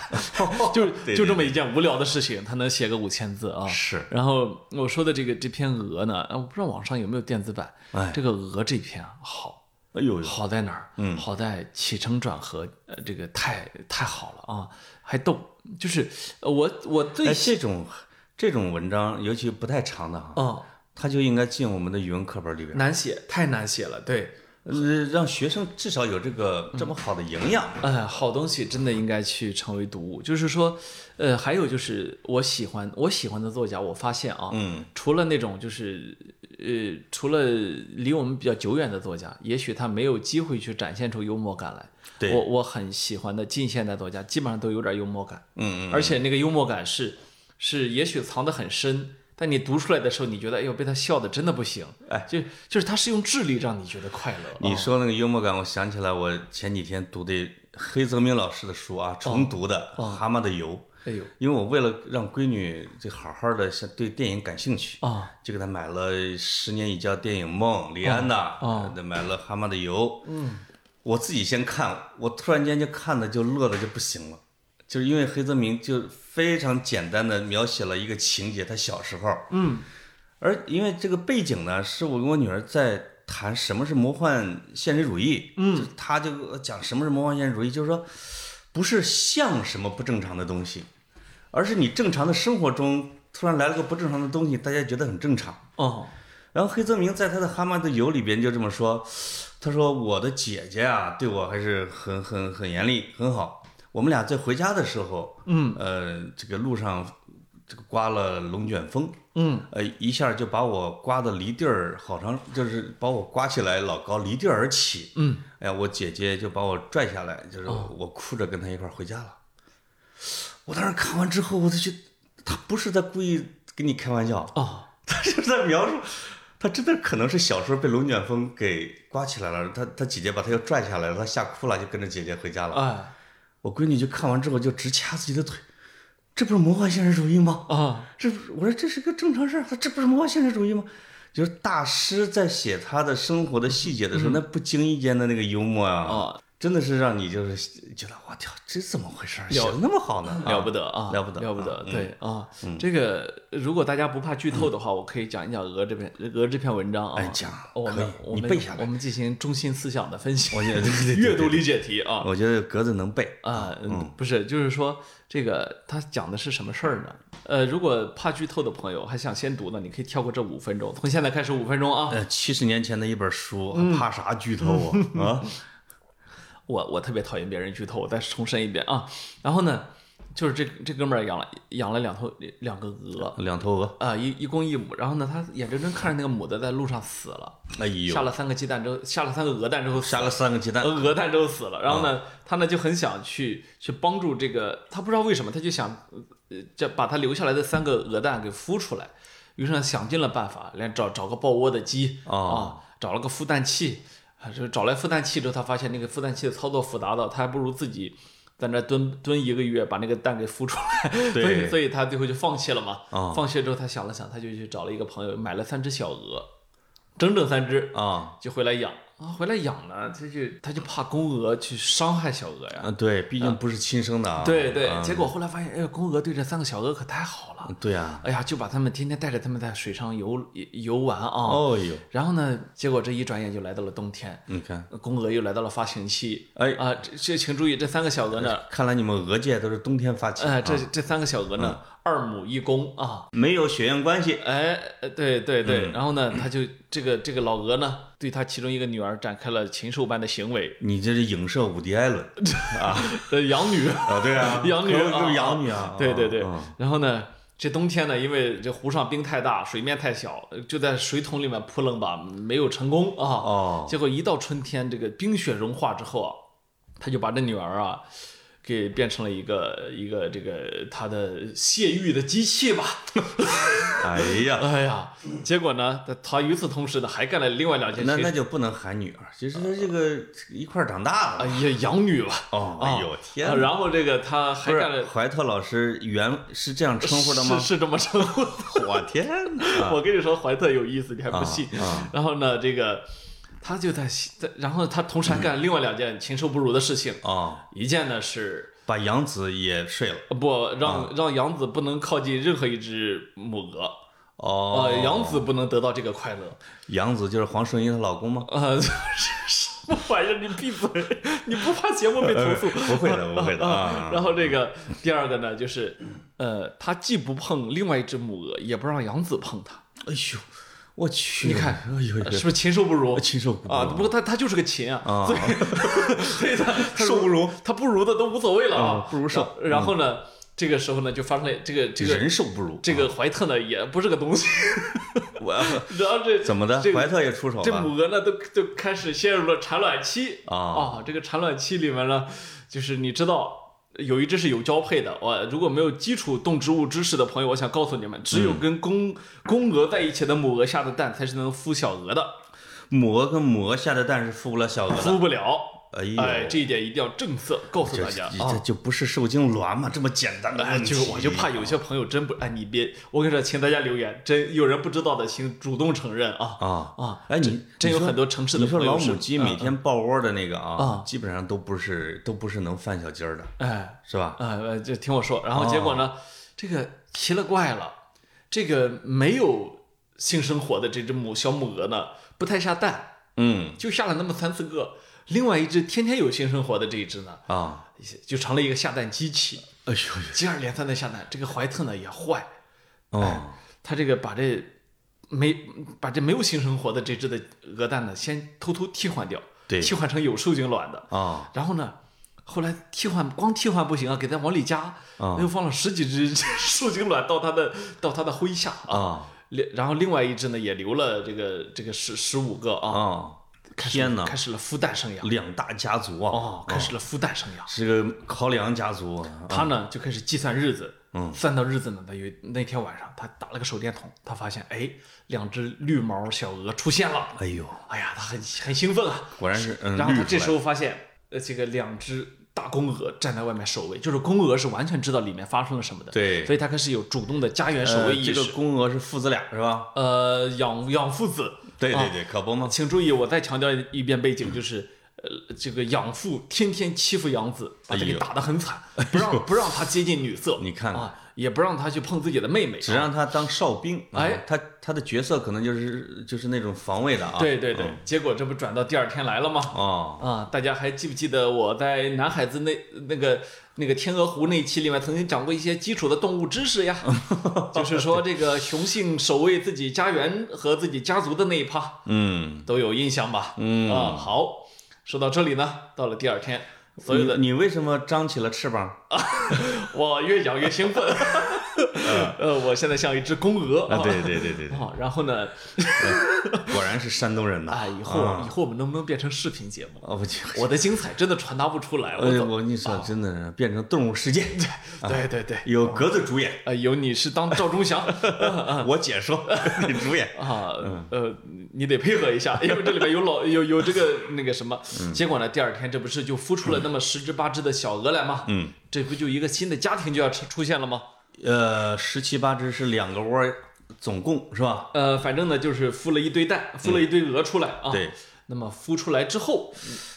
B: 就是就这么一件无聊的事情，他能写个五千字啊。
A: 是，
B: 然后我说的这个这篇鹅呢，啊我不知道网上有没有电子版，
A: 哎
B: 这个鹅这篇啊好，
A: 哎呦呦，
B: 好在哪儿？嗯，好在起承转合，呃，这个太太好了啊，还逗。就是呃我我最
A: 哎，
B: 喜
A: 这种这种文章，尤其不太长的哈，
B: 哦
A: 它就应该进我们的语文课本里边，
B: 难写，太难写了。对，
A: 呃，让学生至少有这个这么好的营养。
B: 哎，好东西真的应该去成为读物。就是说，呃，还有就是我喜欢我喜欢的作家，我发现啊，
A: 嗯，
B: 除了那种就是呃，除了离我们比较久远的作家，也许他没有机会去展现出幽默感来。
A: 对
B: 我我很喜欢的近现代作家，基本上都有点幽默感。
A: 嗯嗯，
B: 而且那个幽默感是是也许藏得很深，但你读出来的时候，你觉得哎呦被他笑的真的不行，哎，就就是他是用智力让你觉得快乐。啊
A: 你说那个幽默感，我想起来我前几天读的黑泽明老师的书啊，重读的《蛤蟆的油》。
B: 哎呦，
A: 因为我为了让闺女这好好的像对电影感兴趣
B: 啊，
A: 就给她买了《十年一觉电影梦》李安的，
B: 啊
A: 买了《蛤蟆的油》。嗯，我自己先看，我突然间就看的就乐的就不行了，就是因为黑泽明就非常简单的描写了一个情节，他小时候，
B: 嗯，
A: 而因为这个背景呢，是我跟我女儿在谈什么是魔幻现实主义，嗯，她就讲什么是魔幻现实主义，就是说不是像什么不正常的东西，而是你正常的生活中突然来了个不正常的东西，大家觉得很正常。
B: 哦，
A: 然后黑泽明在他的《蛤蟆的油》里边就这么说，他说我的姐姐啊，对我还是很很很严厉，很好。我们俩在回家的时候，
B: 嗯，
A: 呃，这个路上这个刮了龙卷风，
B: 嗯，
A: 呃，一下就把我刮的离地儿好长，就是把我刮起来老高，离地儿而起。
B: 嗯，哦
A: 哎呀，我姐姐就把我拽下来，就是我哭着跟她一块儿回家了。我当时看完之后，我就觉得他不是在故意跟你开玩笑，
B: 哦，
A: 他 是在描述，他真的可能是小时候被龙卷风给刮起来了，他他姐姐把他又拽下来了，他吓哭了，就跟着姐姐回家了。
B: 哎，
A: 我闺女就看完之后就直掐自己的腿，这不是魔幻现实主义吗？
B: 啊，
A: 这不是我说这是个正常事儿，这不是魔幻现实主义吗？就是大师在写他的生活的细节的时候，那不经意间的那个幽默啊，
B: 哦，
A: 真的是让你就是觉得我操，这怎么回事儿？写的那么好呢？
B: 了不
A: 得。
B: 得啊，
A: 了不得
B: 了不得
A: 啊，嗯
B: 对啊，这个如果大家不怕剧透的话，我可以讲一讲鹅这篇鹅这篇文章啊，
A: 哎讲
B: 我
A: 可以
B: 们我
A: 你
B: 们
A: 背下来
B: 我们进行中心思想的分析，
A: 我觉得对对对对 嗯
B: 阅读理解题啊
A: 我觉得格子能背，
B: 啊，嗯不是，就是说这个他讲的是什么事儿呢？呃，如果怕剧透的朋友还想先读呢，你可以跳过这五分钟，从现在开始五分钟啊，
A: 呃，七十年前的一本书，怕啥剧透啊？ 啊，
B: 我我特别讨厌别人剧透，我再重申一遍啊。然后呢，就是这这哥们儿养了养了两头两个鹅
A: 两头鹅，
B: 啊、一一公一母。然后呢，他眼睁睁看着那个母的在路上死了，
A: 哎呦，
B: 下了三个鸡蛋之后，下了三个鹅蛋之后死
A: 下了三个鸡蛋
B: 呃，鹅蛋之后死了。然后呢，他呢就很想去去帮助这个，他不知道为什么，他就想呃，这把他留下来的三个鹅蛋给孵出来。于是呢，想尽了办法，连找找个抱窝的鸡啊、
A: 哦
B: 找了个孵蛋器，啊，这找来孵蛋器之后，他发现那个孵蛋器的操作复杂到，他还不如自己在那蹲蹲一个月把那个蛋给孵出来。所以
A: 对
B: 所以他最后就放弃了嘛。
A: 哦
B: 放弃了之后，他想了想，他就去找了一个朋友，买了三只小鹅，整整三只。
A: 啊，
B: 就回来养啊，回来养呢，他就他就怕公鹅去伤害小鹅呀。
A: 啊，对，毕竟不是亲生的啊，
B: 嗯呃对对，
A: 啊
B: 结果后来发现，哎呀，公鹅对这三个小鹅可太好了，
A: 对啊，
B: 哎呀，就把它们天天带着它们在水上游游玩啊。
A: 哦呦，
B: 然后呢，结果这一转眼就来到了冬天，
A: 你看，
B: 公鹅又来到了发情期。
A: 哎
B: 啊，这这请注意，这三个小鹅呢，
A: 看来你们鹅界都是冬天发情，
B: 呃，这
A: 啊
B: 这三个小鹅呢，二母一公啊，
A: 没有血缘关系，
B: 哎，呃对对对，然后呢，他就这个这个老鹅呢，对他其中一个女儿展开了禽兽般的行为，
A: 你这是影射伍迪·艾伦
B: 呃，养女。
A: 啊，对啊，
B: 养女
A: 可不
B: 啊
A: 可不养女啊，
B: 对对对
A: 啊，
B: 然后呢，这冬天呢，因为这湖上冰太大，水面太小，呃就在水桶里面扑棱吧，没有成功啊。
A: 哦，
B: 结果一到春天，这个冰雪融化之后啊，他就把这女儿啊。给变成了一个一个这个他的泄欲的机器 吧，
A: 哎 呀，
B: 哎呀，结果呢，他他与此同时呢，还干了另外两件
A: 那
B: 事
A: 那就不能喊女儿，其实他这个一块儿长大
B: 啊，
A: 的，
B: 也养女吧，
A: 哦，哎呦天
B: 啊
A: 哪！
B: 然后这个他还
A: 不
B: 干
A: 是
B: 了
A: 怀特老师原是这样称呼的
B: 是
A: 吗？
B: 是这么称呼的，
A: 我天哪！
B: 我跟你说，怀特有意思，你还不信？
A: 啊啊
B: 然后呢，这个他就在在，然后他同时还干了另外两件禽兽不如的事情，
A: 哦，
B: 一件呢是
A: 把杨子也睡了。
B: 呃不
A: 啊
B: 让、让养子不能靠近任何一只母鹅，
A: 哦，
B: 呃，养子不能得到这个快乐，
A: 杨子就是黄圣依她老公吗？
B: 呃，是什么玩意儿？你闭嘴！ 你不怕节目被投诉？
A: 不会 的，不会的啊。
B: 然后这个第二个呢，就是，呃，他既不碰另外一只母鹅，也不让养子碰它，
A: 哎呦，我去！
B: 你看
A: 哎呦，哎呦
B: 呃是不是禽兽不如？
A: 禽兽不如
B: 啊！不过他他就是个禽啊，
A: 啊，
B: 所以 他他
A: 受不如
B: 他不如的都无所谓了啊
A: 啊，不如受。
B: 然然后呢，这个时候呢，就发生了这个这个
A: 人兽不如。
B: 这个怀特呢，也不是个东西。
A: 我
B: 然后这
A: 怎么的？
B: 这
A: 怀特也出手
B: 这
A: 了
B: 母鹅呢，都都开始陷入了产卵期
A: 啊
B: 啊。这个产卵期里面呢，就是你知道有一只是有交配的，我如果没有基础动植物知识的朋友，我想告诉你们，只
A: 嗯
B: 有跟公公鹅在一起的母鹅下的蛋才是能孵小鹅的，
A: 母鹅跟母鹅下的蛋是孵不了小鹅的。
B: 孵不了。
A: 哎呦，
B: 哎，这一点一定要正色告诉
A: 这
B: 大家
A: 这
B: 啊！
A: 就不是受精卵嘛，这么简单的
B: 哎，
A: 问题。啊
B: 就是我就怕有些朋友真不哎，你别，我跟你说，请大家留言，真有人不知道的，请主动承认啊！
A: 啊
B: 啊
A: 哎，你
B: 真
A: 你
B: 有
A: 说
B: 很多城市的
A: 你说
B: 朋友
A: 老
B: 是嗯
A: 母鸡每天抱窝的那个啊
B: 啊，
A: 基本上都不是都不是能犯小鸡儿的，
B: 哎，
A: 是吧？
B: 啊，呃就听我说，然后结果呢，这个奇了怪了，这个没有性生活的这只母小母鹅呢，不太下蛋，
A: 嗯
B: 就下了那么三四个。另外一只天天有性生活的这一只呢，
A: 啊，
B: 就成了一个下蛋机器，
A: 哎呦，
B: 接二连三的下蛋。这个怀特呢也坏，哎
A: 哦，
B: 他这个把这没把这没有性生活的这只的鹅蛋呢，先偷偷替换掉，
A: 对
B: 替换成有受精卵的。
A: 啊
B: 然后呢，后来替换光替换不行啊，给它往里加，
A: 啊
B: 又放了十几只受精卵到它的到它的麾下啊。
A: 啊
B: 另然后另外一只呢也留了这个这个十十五个啊，
A: 啊！
B: 开始
A: 天哪
B: 开始了孵蛋生涯
A: 两大家族啊，
B: 哦，开始了孵蛋生涯。
A: 是个考里昂家族啊，
B: 他呢就开始计算日子，
A: 嗯
B: 算到日子呢，他有那天晚上他打了个手电筒，他发现哎，两只绿毛小鹅出现了，
A: 哎呦，
B: 哎呀，他很很兴奋啊，
A: 果然是嗯，
B: 然后他
A: 绿出
B: 这
A: 来
B: 时候发现，呃，这个两只大公鹅站在外面守卫，就是公鹅是完全知道里面发生了什么的，
A: 对
B: 所以它开始有主动的家园守
A: 呃
B: 卫意
A: 这
B: 识。
A: 个公鹅是父子俩是吧？
B: 呃，养养父子，
A: 对对
B: 啊
A: 对，可不嘛，
B: 请注意，我再强调一遍背景，就是。呃，这个养父天天欺负养子，把他
A: 哎
B: 给
A: 呦
B: 打得很惨，不让不让他接近女 色，
A: 你看看
B: 啊，也不让他去碰自己的妹妹，
A: 只让他当哨兵，啊
B: 哎，
A: 他他的角色可能就是就是那种防卫的啊，
B: 对对对
A: 嗯，，
B: 结果这不转到第二天来了吗？
A: 哦，
B: 啊，大家还记不记得我在南海子那那个那个天鹅湖那一期里面曾经讲过一些基础的动物知识 呀？就是说这个雄性守卫自己家园和自己家族的那一趴
A: 嗯
B: 都有印象吧？
A: 嗯
B: 啊，好，说到这里呢，到了第二天，
A: 嗯
B: 所有的
A: 你你为什么张起了翅膀？
B: 我越养越兴 奋， 呃，我现在像一只公鹅
A: 嗯啊，对对对对对，
B: 啊，然后呢，
A: 果然是山东人呐！
B: 啊，以后以后我们能不能变成视频节目？
A: 哦，我去，
B: 我的精彩真的传达不出来，我哦
A: 呃，
B: 怎么？
A: 我跟你说，真的是变成动物世界， 哎
B: 对对对。
A: 有格子主演，
B: 啊，有你是当赵 忠祥嗯
A: 我姐说 你主演，
B: 啊，
A: 嗯
B: 呃，你得配合 一下，因为这里面有老有有这个那个什么，
A: 嗯
B: 结果呢，第二天这不是就孵出了那么十只八只的小鹅来吗？
A: 嗯，
B: 这不就一个新的家庭就要出出现了吗？
A: 呃，十七八只是两个窝儿，总共是吧？
B: 呃，反正呢就是孵了一堆蛋，孵了一堆鹅出来啊。
A: 对，
B: 那么孵出来之后，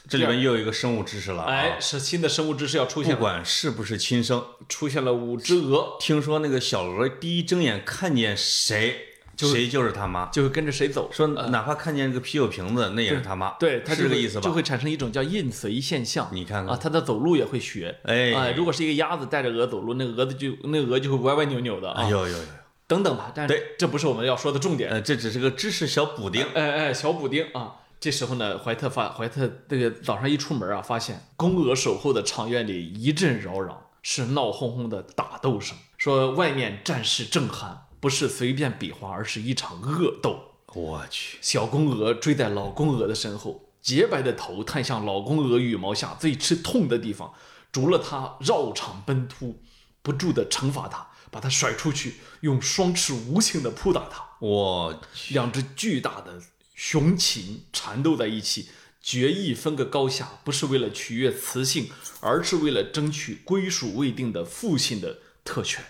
A: 这里面又有一个生物知识了
B: 哎，
A: 啊，
B: 是新的生物知识要出
A: 不
B: 现了，
A: 管是不是亲生，
B: 出现了五只鹅，
A: 听说那个小鹅第一睁眼看见谁，谁就是他妈，
B: 就会跟着谁走。
A: 说哪怕看见个啤酒瓶子，那也是他妈，
B: 呃对，它
A: 是这
B: 就
A: 个
B: 会
A: 意思吧
B: 就？会产生一种叫印随现象。
A: 你看
B: 啊，
A: 看，
B: 它的走路也会学。
A: 哎
B: 啊如果是一个鸭子带着鹅走路，那个鹅子就那个鹅就会歪歪扭扭的
A: 哎
B: 啊。
A: 呦呦呦，
B: 等等吧，但
A: 对
B: 是这不是我们要说的重点。
A: 呃，这只是个知识小补丁，
B: 哎哎，小补丁啊。这时候呢，怀特发怀特这个早上一出门啊，发现公鹅守候的场院里一阵扰攘，是闹哄哄的打斗声，说外面战事正酣，不是随便比划，而是一场恶斗。
A: 我去，
B: 小公鹅追在老公鹅的身后，洁白的头探向老公鹅羽毛下最吃痛的地方，逐了它绕场奔突，不住地惩罚它，把它甩出去，用双翅无情地扑打它。
A: 我去，
B: 两只巨大的雄禽缠斗在一起，决意分个高下，不是为了取悦雌性，而是为了争取归属未定的父亲的特权。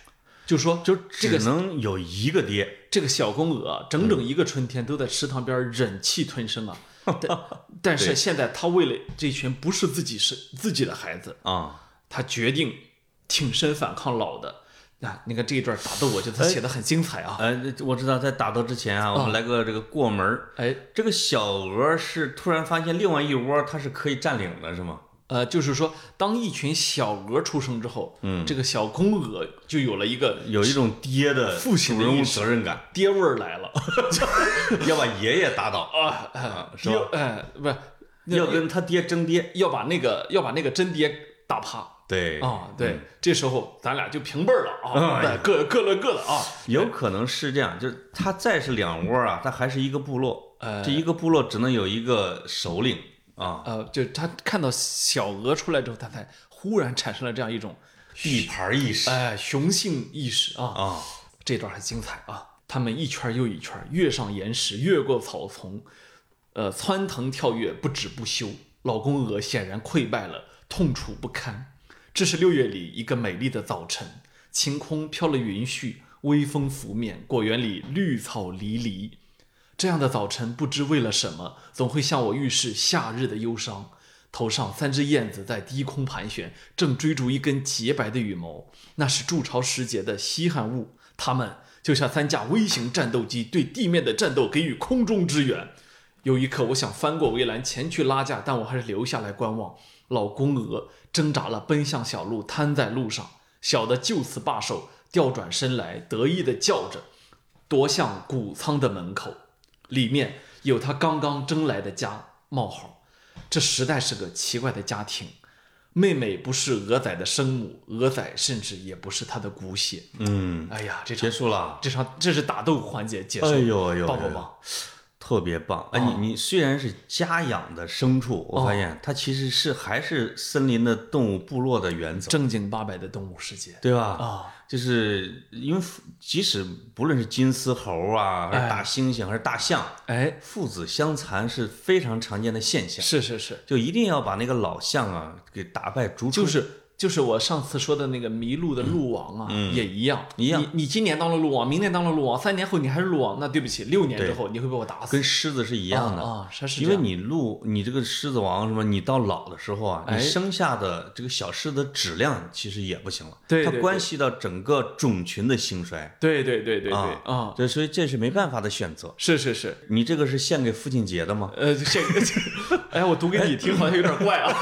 B: 就说，就这
A: 只
B: 个
A: 能有一个爹，
B: 这个小公鹅啊整整一个春天都在池塘边忍气吞声啊，但但是现在它为了这群不是自己是自己的孩子，
A: 啊，
B: 它决定挺身反抗老的。啊，你看这一段打斗，我觉得他写的很精彩啊！
A: 呃，我知道，在打斗之前啊，
B: 哦
A: 我们来个这个过门儿。
B: 哎，
A: 这个小鹅是突然发现另外一窝它是可以占领的，是吗？
B: 呃，就是说，当一群小鹅出生之后，嗯，这个小公鹅就有了一个
A: 有一种爹的
B: 父亲
A: 主
B: 的
A: 人
B: 意
A: 翁
B: 识
A: 责任感，
B: 爹味儿来了
A: 要把爷爷打倒，
B: 啊，哎
A: 是吧
B: 要哎，不是，那
A: 要跟他爹争爹。
B: 要把那个要把那个真爹打趴，
A: 对嗯
B: 啊、对，这时候咱俩就平辈儿了啊，
A: 哎
B: 对各各论各的啊。
A: 有可能是这样，就是他再是两窝啊，他还是一个部落，
B: 呃
A: 这一个部落只能有一个首领，啊，
B: 呃，就他看到小额出来之后，他才忽然产生了这样一种
A: 地盘意识
B: 哎雄性意识啊。
A: 啊，
B: 这段很精彩啊！他们一圈又一圈，跃上岩石，越过草丛，呃，窜腾跳跃，不止不休。老公鹅显然溃败了，痛楚不堪。这是六月里一个美丽的早晨，晴空飘了云絮，微风拂面，果园里绿草离离。这样的早晨，不知为了什么，总会向我预示夏日的忧伤。头上三只燕子在低空盘旋，正追逐一根洁白的羽毛，那是筑巢时节的稀罕物。它们就像三架微型战斗机对地面的战斗给予空中支援。有一刻，我想翻过围栏前去拉架，但我还是留下来观望。老公鹅挣扎了，奔向小路，瘫在路上。小的就此罢手，调转身来，得意地叫着，夺向谷仓的门口。里面有他刚刚争来的家。冒号，这实在是个奇怪的家庭。妹妹不是鹅仔的生母，鹅仔甚至也不是他的骨血。
A: 嗯，
B: 哎呀，这场
A: 结束了。
B: 这场这是打斗环节结束，
A: 哎呦哎呦，
B: 棒不
A: 哎呦
B: 棒？
A: 特别棒！哎，你你虽然是家养的牲畜，我发现它其实是还是森林的动物部落的原则，
B: 正经八百的动物世界
A: 对吧？
B: 啊！
A: 就是因为即使不论是金丝猴啊，还是大猩猩，还是大象，
B: 哎，
A: 父子相残是非常常见的现象，
B: 是是是，
A: 就一定要把那个老象啊给打败逐出。
B: 就是就是我上次说的那个麋鹿的鹿王啊，也一样
A: 嗯一样
B: 你你今年当了鹿王，明年当了鹿王，三年后你还是鹿王，那对不起，六年之后你会被我打死。
A: 跟狮子是一
B: 一
A: 样的，
B: 啊，是是这
A: 因为
B: 样，
A: 你鹿，你这个狮子王什么，你到老的时候啊，
B: 哎
A: 你生下的这个小狮子质量其实也不行了，
B: 对
A: 它
B: 对
A: 关
B: 对
A: 系到整个种群的兴衰
B: 对对对对对
A: 啊
B: 啊，
A: 这所以这是没办法的选择。
B: 是是是，
A: 你这个是献给父亲节的 吗？
B: 呃，这哎，我读给你听好像有点怪啊，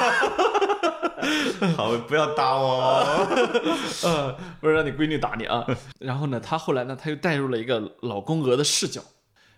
A: 好，不要打我。
B: 哦呃，不是让你闺女打你啊。然后呢，她后来呢，她又带入了一个老公鹅的视角。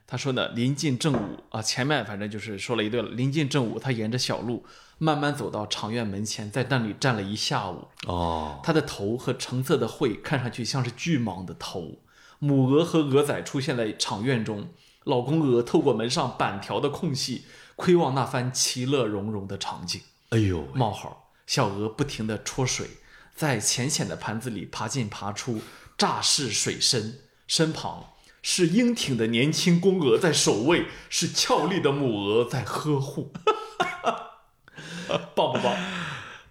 B: 她说呢，临近正午啊，前面反正就是说了一段，临近正午，她沿着小路慢慢走到场院门前，在那里站了一下午。
A: 哦，
B: 它的头和橙色的喙看上去像是巨蟒的头。母鹅和鹅仔出现在场院中，老公鹅透过门上板条的空隙窥望那番其乐融融的场景。
A: 哎呦，
B: 冒号，小鹅不停地戳水，在浅浅的盘子里爬进爬出，乍是水深，身旁是英挺的年轻公鹅在守卫，是俏丽的母鹅在呵护。 棒不棒？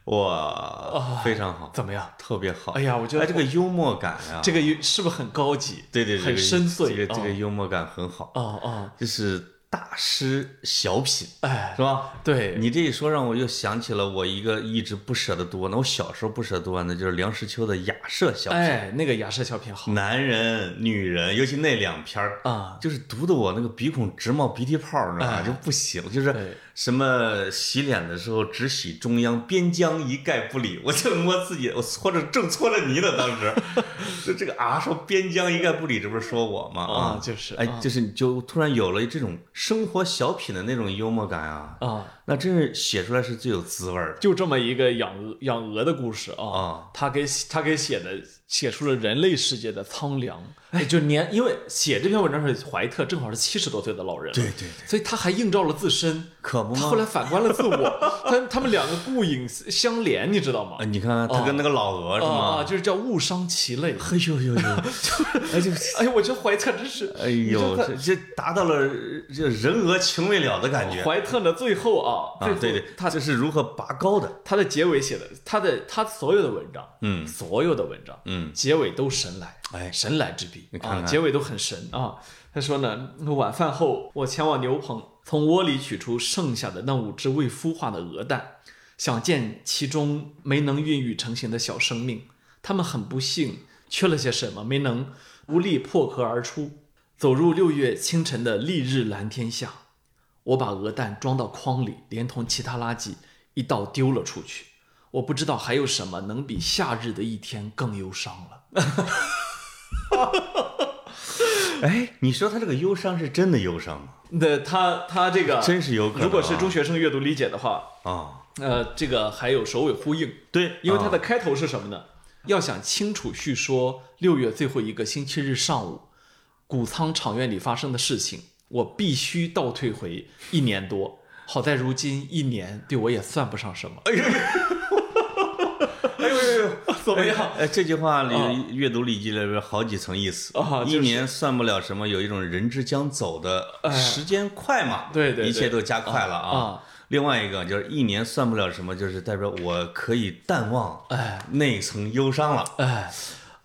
A: 哇，非常好，
B: 怎么样？
A: 特别好。
B: 哎呀，我觉得
A: 哎，这个幽默感啊，
B: 这个有是不是很高级？
A: 对对对，
B: 很
A: 这个
B: 深邃
A: 这个这个
B: 哦
A: 幽默感很好，
B: 哦哦，
A: 这是大师小品
B: 哎
A: 是，吧？
B: 对，
A: 你这一说，让我又想起了我一个一直不舍得读完的，我小时候不舍得读完的就是梁实秋的《雅舍小品》
B: 哎，那个雅舍小品好
A: 男人、女人，尤其那两篇儿，
B: 啊，
A: 就是读的我那个鼻孔直冒鼻涕泡儿，你知道吗？
B: 哎
A: 就不行，就是
B: 对
A: 什么洗脸的时候只洗中央，边疆一概不理。我就摸自己，我搓着正搓着泥呢， 当时就这个啊，说边疆一概不理，这不是说我吗？
B: 啊，就是
A: 哎，
B: 啊
A: 就是你就突然有了这种生活小品的那种幽默感啊，
B: 啊，
A: 那真是写出来是最有滋味儿的。
B: 就这么一个养鹅养鹅的故事啊，
A: 啊，
B: 他给他给写的写出了人类世界的苍凉，哎，就年因为写这篇文章的时候，怀特正好是七十多岁的老人，
A: 对对，
B: 所以他还映照了自身，
A: 可啊不
B: 他
A: 吗
B: 后？来反观了自我， 他他们两个顾影相怜，你知道吗
A: 啊，？你看看
B: 哦
A: 他跟那个老鹅是
B: 啊啊，
A: 吗？
B: 就是叫误伤其类。
A: 嘿呦 呦呦， 哎就
B: 哎，我觉得怀特真是，
A: 哎
B: 你
A: 呦，
B: 这
A: 这这达到了呃这人鹅情未了的感觉
B: 怀特呢，最后啊，
A: 啊！
B: 最
A: 对
B: 后
A: 对，他这是如何拔高的？
B: 他的结尾写的，他的他所有的文章，
A: 嗯
B: 所有的文章，
A: 嗯，
B: 结尾都神来，
A: 哎
B: 神来之笔
A: 你看看
B: 啊，结尾都很神啊。他说呢，晚饭后我前往牛棚，从窝里取出剩下的那五只未孵化的鹅蛋，想见其中没能孕育成型的小生命，它们很不幸缺了些什么，没能无力破壳而出。走入六月清晨的丽日蓝天下，我把鹅蛋装到筐里，连同其他垃圾一道丢了出去。我不知道还有什么能比夏日的一天更忧伤了。
A: 哎，你说他这个忧伤是真的忧伤吗？
B: 那他他这个
A: 真是有可能啊
B: 如果是中学生阅读理解的话，
A: 啊，
B: 呃，这个还有首尾呼应，
A: 对，
B: 因为它的
A: 啊
B: 开头是什么呢？要想清楚叙说六月最后一个星期日上午，谷仓场院里发生的事情，我必须倒退回一年多，好在如今一年对我也算不上什么。
A: 哎呦呦呦！
B: 怎么样？
A: 哎，这句话里、
B: 啊
A: 阅读笔记里边好几层意思
B: 啊就是
A: 一年算不了什么，有一种人之将走的、
B: 哎
A: 时间快嘛，
B: 对对对
A: 一切都加快了啊。
B: 啊
A: 另外一个就是一年算不了什么，就是代表我可以淡忘
B: 哎
A: 那层忧伤了。
B: 哎，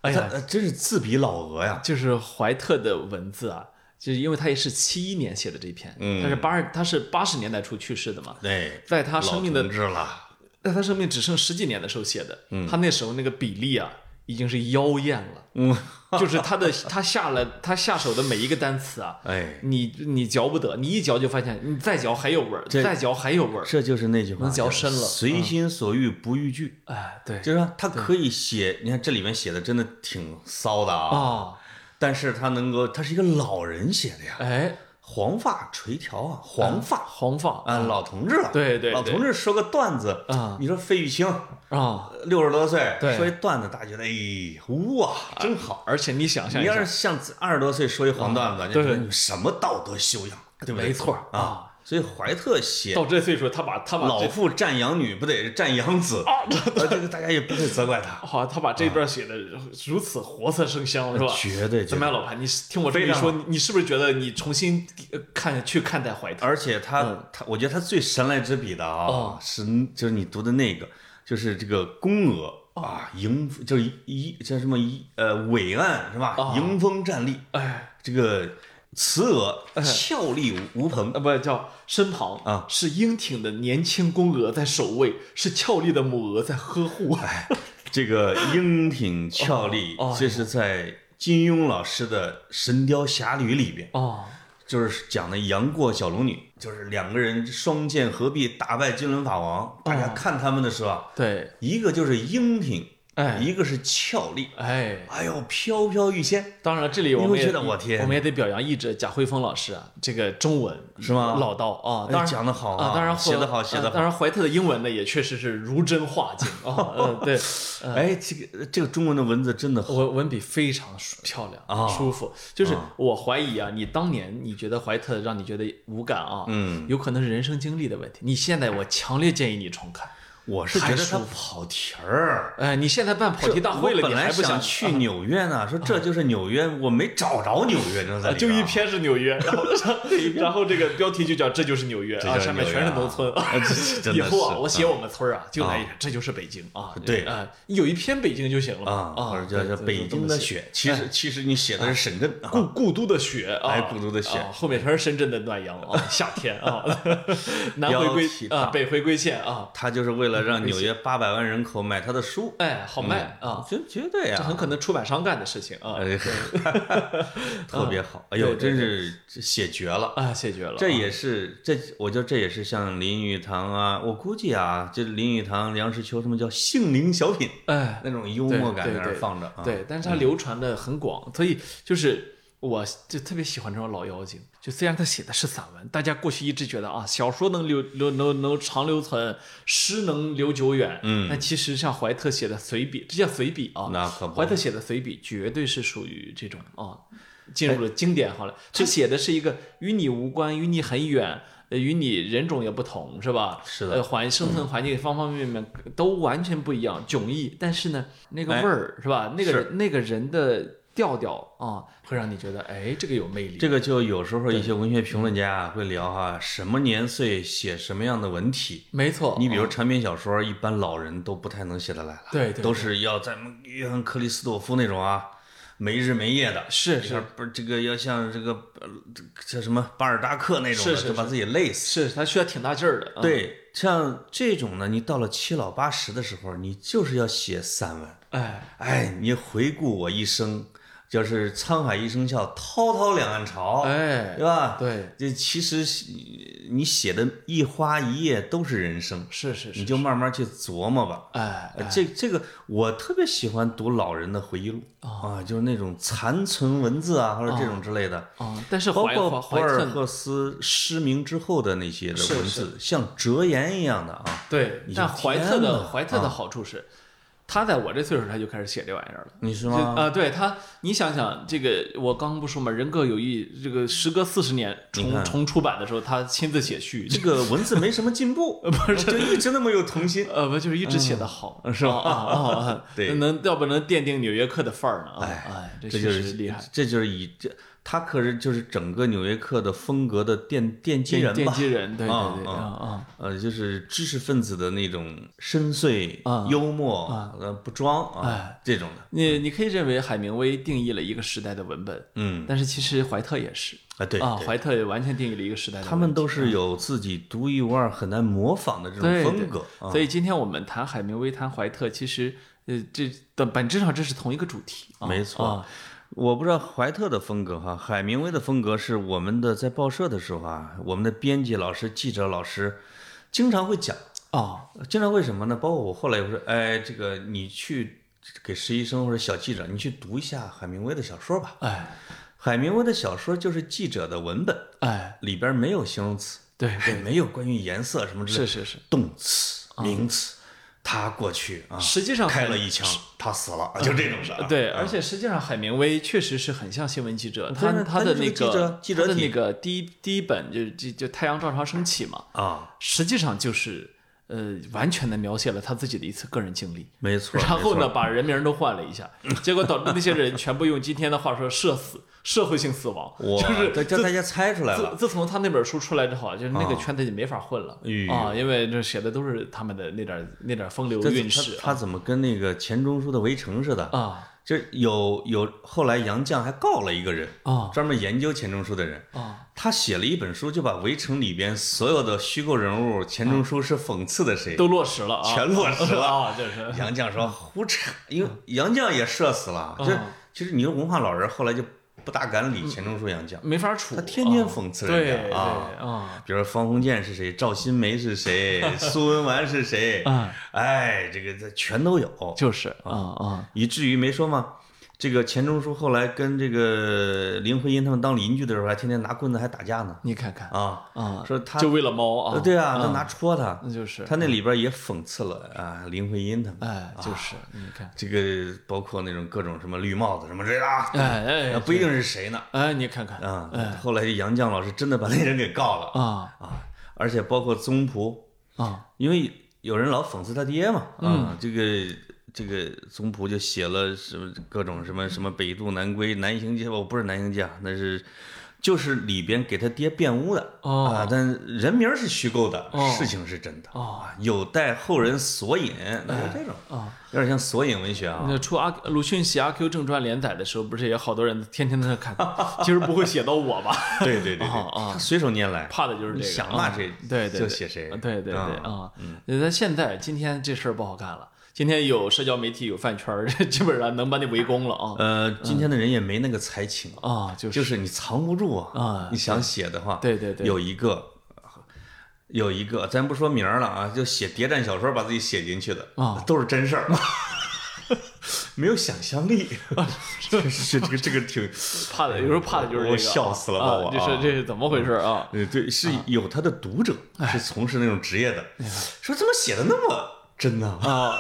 B: 哎呀，
A: 他，呃真是自比老鹅呀！
B: 就是怀特的文字啊，就是因为他也是七一年写的这篇，
A: 嗯
B: 他是八二，他是八十年代初去世的嘛，
A: 对，
B: 在他生命的
A: 哎老同志了，
B: 在他生命只剩十几年的时候写的，他那时候那个比例啊，已经是妖艳了，
A: 嗯，
B: 就是他的他下了他下手的每一个单词啊，
A: 哎，
B: 你你嚼不得，你一嚼就发现，你再嚼还有味儿，
A: 这
B: 再嚼还有味儿，
A: 这就是那句话，
B: 能嚼深了
A: 随心所欲不逾矩，
B: 哎，对，
A: 就是说他可以写，你看这里面写的真的挺骚的啊，
B: 啊，
A: 但是他能够，他是一个老人写的呀，
B: 哎，
A: 黄发垂条啊，黄发
B: 黄发
A: 啊，老同志了，
B: 嗯对对
A: 老同志说个段子
B: 啊
A: 你说费玉清
B: 啊，
A: 六十多岁
B: 对
A: 说一段子，大家觉得哎哇真好，
B: 而且你想象
A: 你
B: 一
A: 要是，
B: 下
A: 像二十多岁说一黄段子，你
B: 对
A: 觉得你什么道德修养，对不对？
B: 没错儿
A: 啊，所以怀特写
B: 到这岁数，他把他把
A: 老
B: 这
A: 妇占养女，不得占养子 啊？这个大家也不会责怪他，
B: 好，啊他把这段写的如此活色生香， 是吧？
A: 绝对
B: 怎
A: 绝对。
B: 么样，老潘？你是听我这么一
A: 啊非常
B: 说，你你是不是觉得你重新呃看去看待怀特？
A: 而且他他，我觉得他最神来之笔的啊
B: 嗯哦，
A: 是就是你读的那个，就是这个宫娥
B: 哦
A: 啊，迎就是一叫什么一呃伟岸是吧？
B: 哦
A: 迎风站立，
B: 哎，
A: 这个雌娥
B: 嗯
A: 俏丽无朋，
B: 呃，不叫身旁
A: 啊
B: 是英挺的年轻公鹅在守卫，是俏丽的母鹅在呵护。
A: 哎这个英挺俏丽
B: 哦哦，
A: 这是在金庸老师的《神雕侠侣》里边，
B: 哦，
A: 就是讲的杨过小龙女，就是两个人双剑合璧打败金轮法
B: 哦
A: 王。大家看他们的时候啊，
B: 对，
A: 一个就是英挺，
B: 哎
A: 一个是俏丽，
B: 哎，
A: 哎呦，飘飘欲仙，
B: 当然这里我
A: 你
B: 们
A: 会
B: 也
A: 觉得我天
B: 我们也得表扬译者贾慧峰老师啊，这个中文
A: 是吗
B: 老道啊，
A: 哎
B: 当然
A: 讲得好啊
B: 啊，当然
A: 写得好
B: 呃
A: 写得好
B: 当然怀特的英文呢也确实是如真画境啊，呃，对，呃
A: 哎，这个这个中文的文字真的好，
B: 文文笔非常舒漂亮
A: 啊
B: 舒服。就是我怀疑啊，你当年你觉得怀特让你觉得无感啊，
A: 嗯，
B: 有可能是人生经历的问题。你现在我强烈建议你重看。
A: 我是觉
B: 太
A: 得
B: 舒
A: 他
B: 服
A: 跑题儿。
B: 哎，你现在办跑题大会
A: 我
B: 了，
A: 本
B: 你
A: 来
B: 还不
A: 想
B: 去啊
A: 去？纽约 呢，说这就是纽约，我没找着纽约，真的在
B: 啊
A: 里
B: 就
A: 边
B: 一
A: 啊
B: 篇是纽约，然后 然后这个标题就叫“这就是纽约”
A: 这
B: 啊，
A: 就是
B: 上面
A: 纽约
B: 全是
A: 啊
B: 农村 啊。
A: 啊这这真
B: 以
A: 的
B: 后啊，
A: 是
B: 我写我们村儿啊，就来一
A: 啊
B: 下，这就是北京啊。
A: 对
B: 啊，有一篇北京就行了
A: 啊，
B: 啊
A: 或者，叫
B: 对
A: 叫北京的，雪，其
B: 哎
A: 实其实你写的是深圳啊，
B: 对对这么写故故都的雪啊，
A: 哎故都的雪
B: 啊后面全是深圳的暖 阳啊，夏天啊， 南回
A: 标
B: 归
A: 题
B: 啊，
A: 党
B: 北回归线啊，
A: 他就是为了让纽约八百万人口买他的书，
B: 哎，好卖啊，
A: 绝绝对
B: 这很
A: 啊，
B: 可能出版商干的事情啊
A: 哎 特别好，哎呦，
B: 对对
A: 真是写绝了。
B: 啊，谢绝了啊，
A: 这也是这，我觉得这也是像林语堂啊，我估计啊，这林语堂、梁实秋他们叫杏林小品
B: 哎。
A: 那种幽默感
B: 对
A: 在
B: 对
A: 那儿
B: 对
A: 放着啊。
B: 对，但是它流传的很广，所以就是我就特别喜欢这种老妖精。就虽然他写的是散文，大家过去一直觉得啊，小说能流流能能长流存，诗能流久远。
A: 嗯
B: 但其实像怀特写的随笔，这叫随笔啊。
A: 那可不
B: 怀特写的随笔绝对是属于这种
A: 哎
B: 啊，进入了经典行列。他写的是一个与你无关、与你很远、呃与你人种也不同，是吧？
A: 是的
B: 呃，环生存环境方方面面都完全不一样，迥异。但是呢，那个味儿、是吧？那个
A: 哎是
B: 人那个人的调调啊，会让你觉得哎，这个有魅力。
A: 这个就有时候一些文学评论家啊会聊哈、什么年岁写什么样的文体。
B: 没错，
A: 你比如
B: 啊
A: 长篇小说，一般老人都不太能写得来了，
B: 对对对
A: 都是要在约翰克里斯朵夫那种啊，没日没夜的，
B: 是
A: 要
B: 是
A: 不是这个要像这个呃这个叫什么巴尔扎克那种的，
B: 是是
A: 就把自己累死。
B: 是，他需要挺大劲儿的。啊，
A: 对，像这种呢，你到了七老八十的时候，你就是要写散文。
B: 哎，
A: 哎，你回顾我一生，就是沧海一声笑，滔滔两岸潮，
B: 哎
A: 对吧？
B: 对，
A: 这其实是你写的一花一叶都是人生，
B: 是是
A: 你
B: 是，
A: 就慢慢去琢磨吧。
B: 哎
A: 呃这这个我特别喜欢读老人的回忆录
B: 哦
A: 啊，就是那种残存文字啊，或者这种之类的，
B: 啊，但是
A: 包
B: 怀怀
A: 括博
B: 怀
A: 尔
B: 特
A: 赫斯失明之后的那些的
B: 是
A: 文字，像折言一样的啊。
B: 对
A: 你，就
B: 但怀特
A: 天
B: 的
A: 哪啊
B: 怀特的好处是，他在我这岁数他就开始写这玩意儿了。
A: 你是
B: 就啊、
A: 吗？
B: 对他，你想想这个，我刚不说嘛，人各有异。这个时隔四十年
A: 你
B: 重
A: 看
B: 重出版的时候，他亲自写序，
A: 这个文字没什么进步， 不是就一直那么有童 心。
B: 呃，不就是一直写的好，
A: 嗯是吧
B: 啊啊啊啊
A: 对
B: 能要不能奠定纽约客的范儿呢？啊，
A: 哎
B: 哎，这
A: 这
B: 确
A: 就
B: 实
A: 是
B: 是厉害，，
A: 这就是以这他可是就是整个纽约客的风格的奠奠基
B: 奠
A: 人
B: 奠
A: 吧
B: 基。人，对
A: 啊
B: 对对
A: 啊
B: 啊
A: 呃，就是知识分子的那种深邃、
B: 啊
A: 幽默、
B: 啊
A: 呃，不装啊，
B: 哎
A: 这种的。
B: 你你可以认为海明威定义了一个时代的文本，
A: 嗯，
B: 但是其实怀特也是
A: 啊，对，
B: 啊，
A: 对嗯
B: 怀特也完全定义了一个时代的文本。
A: 他们都是有自己独一无二、很难模仿的这种
B: 对
A: 风格啊。
B: 所以今天我们谈海明威、谈怀特，其实呃，这的本质上这是同一个主题。啊、
A: 没错
B: 啊
A: 我不知道怀特的风格哈，海明威的风格是我们的在报社的时候啊，我们的编辑老师、记者老师经常会讲，
B: 哦
A: 经常会什么呢？包括我后来也会说，哎，这个你去给实习生或者小记者，你去读一下海明威的小说吧。
B: 哎
A: 海明威的小说就是记者的文本，
B: 哎，
A: 里边没有形容词，
B: 对
A: 也没有关于颜色什么之类
B: 是
A: 的
B: 是是，
A: 动词、名词。他过去啊，
B: 实际上
A: 开
B: 很
A: 了一枪，他死了，就这种事儿。
B: 嗯
A: 啊
B: 对，而且实际上海明威确实是很像新闻记者，
A: 对
B: 他
A: 啊他
B: 的
A: 就是
B: 那
A: 个记者记者
B: 他的
A: 体
B: 那个第一第一本就是就就太阳照常升起嘛，
A: 啊，
B: 实际上就是呃完全的描写了他自己的一次个人经历。
A: 没错。
B: 然后
A: 没错
B: 呢，？把人名都换了一下，结果导致那些人全部用今天的话说社死，社会性死亡，
A: 哇，
B: 就是
A: 这这大家猜出来了
B: 自。自从他那本书出来之后啊，就是那个
A: 啊
B: 圈子就没法混了
A: 哎呦
B: 啊，因为这写的都是他们的那点儿那点儿风流
A: 这
B: 韵
A: 他
B: 事
A: 他怎么跟那个钱钟书的《围城》似的？
B: 啊
A: 就是有有后来杨绛还告了一个人，
B: 啊
A: 专门研究钱钟书的人。
B: 啊！
A: 他写了一本书，就把《围城》里边所有的虚构人物钱钟书是讽刺的谁，
B: 都落实了啊，
A: 全落实了。
B: 啊，就是
A: 杨绛说胡扯，因为杨绛也社死了。
B: 嗯
A: 就其实你说文化老人后来就不大敢理钱钟书、杨绛，
B: 没法处，
A: 他天天
B: 啊
A: 讽刺
B: 对
A: 人
B: 嗯对
A: 家啊。
B: 啊
A: 比如说方鸿渐是谁，赵新梅是谁，苏文纨是谁，
B: 啊，
A: 哎，这个这全都有。
B: 就是啊啊
A: 以至于没说嘛。这个钱钟书后来跟这个林徽因他们当邻居的时候，还天天拿棍子还打架呢
B: 你看看
A: 啊！
B: 啊，
A: 说他
B: 就为了猫啊，
A: 呃对啊，他拿戳他，
B: 那就是啊
A: 他那里边也讽刺了啊林徽因他们，
B: 哎，就是
A: 啊
B: 你看，
A: 这个包括那种各种什么绿帽子什么之类的啊，
B: 哎
A: 啊
B: 哎
A: 不一定是谁呢
B: 哎，你看看
A: 啊。后来杨绛老师真的把那人给告了
B: 啊
A: 啊，而且包括宗璞，
B: 啊
A: 因为有人老讽刺他爹嘛，
B: 嗯
A: 啊，这个这个宗璞就写了什么各种什么什么北渡南归、南行记，哦，不是南行记啊，那是就是里边给他爹变污的、
B: 哦
A: 啊，但人名是虚构的，
B: 哦
A: 事情是真的、
B: 哦
A: 啊，有待后人索引，那就这种，
B: 啊。
A: 有点像索引文学啊。
B: 那出阿鲁迅写《阿 Q 正传》连载的时候，不是也好多人天天在那看， 其实不会写到我吧？
A: 对对对对，
B: 啊啊
A: 他随手拈来，
B: 怕的就是
A: 你
B: 这个，
A: 想骂谁
B: 啊， 对对
A: 就
B: 对
A: 写谁，
B: 对对对
A: 啊
B: 啊！那现在今天这事儿不好干了，今天有社交媒体有饭圈儿， 基本上能把你围攻了啊
A: 呃，今天的人也没那个才情，
B: 啊！就
A: 就是是你藏不住啊
B: 啊
A: 你想写的话，
B: 对对对
A: 有一个，有一个，咱不说名儿了啊，就写谍战小说把自己写进去的
B: 啊
A: 都是真事儿， 没有想象力， 这这这个这个挺，
B: 怕的，有时候怕的就是这个，
A: 我笑死了把我
B: 啊这
A: 啊
B: 是这是怎么回事啊？哎
A: 呃，对，是有他的读者是从事那种职业的，说怎么写的那么真呢？
B: 啊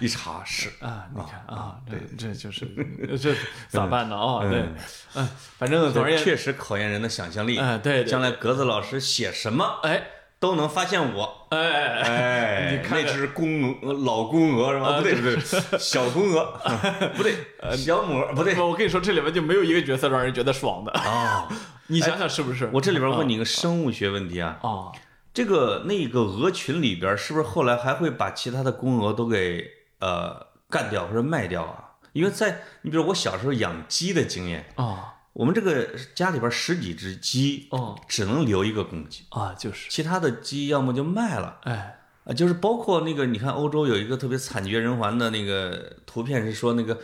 A: 一查是。
B: 啊！你看啊，这这就是 这咋办呢啊？对
A: 嗯，
B: 嗯，反正总而言之，
A: 确实考验人的想象力
B: 哎对对对
A: 将来格子老师写什么
B: 哎
A: 都能发现我，
B: 哎哎哎，
A: 哎，
B: 你看啊
A: 那
B: 看
A: 只公鹅，呃老公鹅是吧？不对，不对， 小公鹅， 不对，
B: 呃
A: 小母鹅不对。
B: 我跟你说，这里面就没有一个角色让人觉得爽的。
A: 啊，
B: 你想想是不是？
A: 我这里边问你一个生物学问题啊，
B: 啊，
A: 这个那个鹅群里边是不是后来还会把其他的公鹅都给呃干掉或者卖掉啊？因为在你比如我小时候养鸡的经验，
B: 啊
A: 我们这个家里边十几只鸡，
B: 哦
A: 只能留一个公鸡，
B: 啊，就是，
A: 其他的鸡要么就卖了。
B: 哎
A: 啊，就是包括那个，你看欧洲有一个特别惨绝人寰的那个图片，是说那个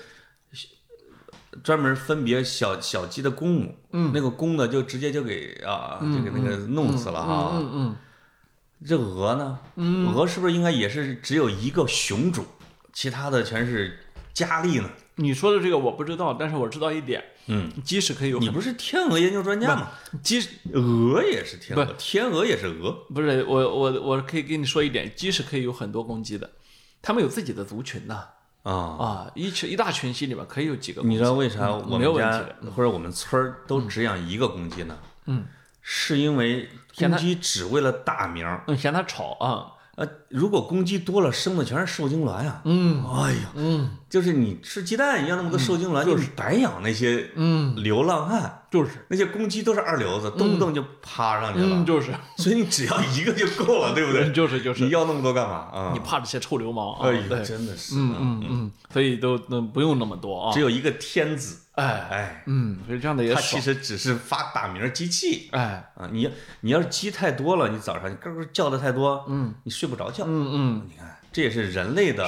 A: 呃专门分别小小鸡的公母，嗯，那个公的就直接就给啊，就给那个弄死了哈。
B: 嗯嗯，
A: 这鹅呢，嗯，鹅是不是应该也是只有一个雄主，其他的全是佳丽呢？
B: 你说的这个我不知道，但是我知道一点，
A: 嗯，
B: 鸡是可以有
A: 你不是天鹅研究专家吗？
B: 鸡是
A: 鹅也是天鹅
B: 不，
A: 天鹅也是鹅。
B: 不是我我我可以跟你说一点，鸡是可以有很多公鸡的，它们有自己的族群呐、
A: 啊。
B: 啊，一群一大群系里面可以有几个公
A: 你
B: 鸡，
A: 知道为啥我
B: 嗯没有
A: 们
B: 问
A: 家
B: 题的
A: 或者我们村儿都只养一个公鸡呢？
B: 嗯，
A: 是因为
B: 嫌
A: 公
B: 它
A: 鸡只为了大名儿，
B: 嗯，嫌它吵啊，
A: 呃，如果公鸡多了，生的全是受精卵呀。
B: 嗯
A: 哎呀，
B: 嗯
A: 就是你吃鸡蛋一样那么多受精卵，你白养那些
B: 嗯，
A: 流浪汉，
B: 就是
A: 那些公鸡都是二流子，动不动就趴上去
B: 嗯
A: 了，
B: 就是嗯
A: 所以你只要一个就够了，对不对？
B: 就是就是
A: 你，要那么多干嘛啊？
B: 你怕这些臭流氓啊？
A: 哎呦，
B: 对，
A: 真的是，啊
B: 嗯嗯嗯，所以都嗯不用那么多啊
A: 只，有一个天子，
B: 哎，
A: 哎，
B: 嗯，所以这样的也
A: 他其，
B: 爽
A: 实只是发打鸣机器
B: 哎，
A: 啊。你你要是鸡太多了，你早上你咯咯叫的太多，
B: 嗯，
A: 你睡不着觉。
B: 嗯嗯。
A: 你看，这也是人类的，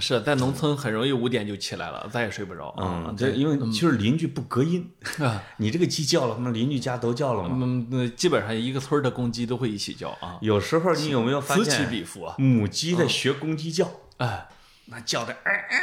B: 是啊在农村很容易五点就起来了，再也睡不着啊
A: 嗯，。这因为就是邻居不隔音，
B: 啊，
A: 你这个鸡叫了，他们邻居家都叫了嘛。
B: 嗯，那基本上一个村儿的公鸡都会一起叫啊，
A: 有时候你有没有发
B: 此起
A: 现，
B: 彼伏啊。
A: 母鸡在学公鸡叫？
B: 哎，
A: 那叫的哎哎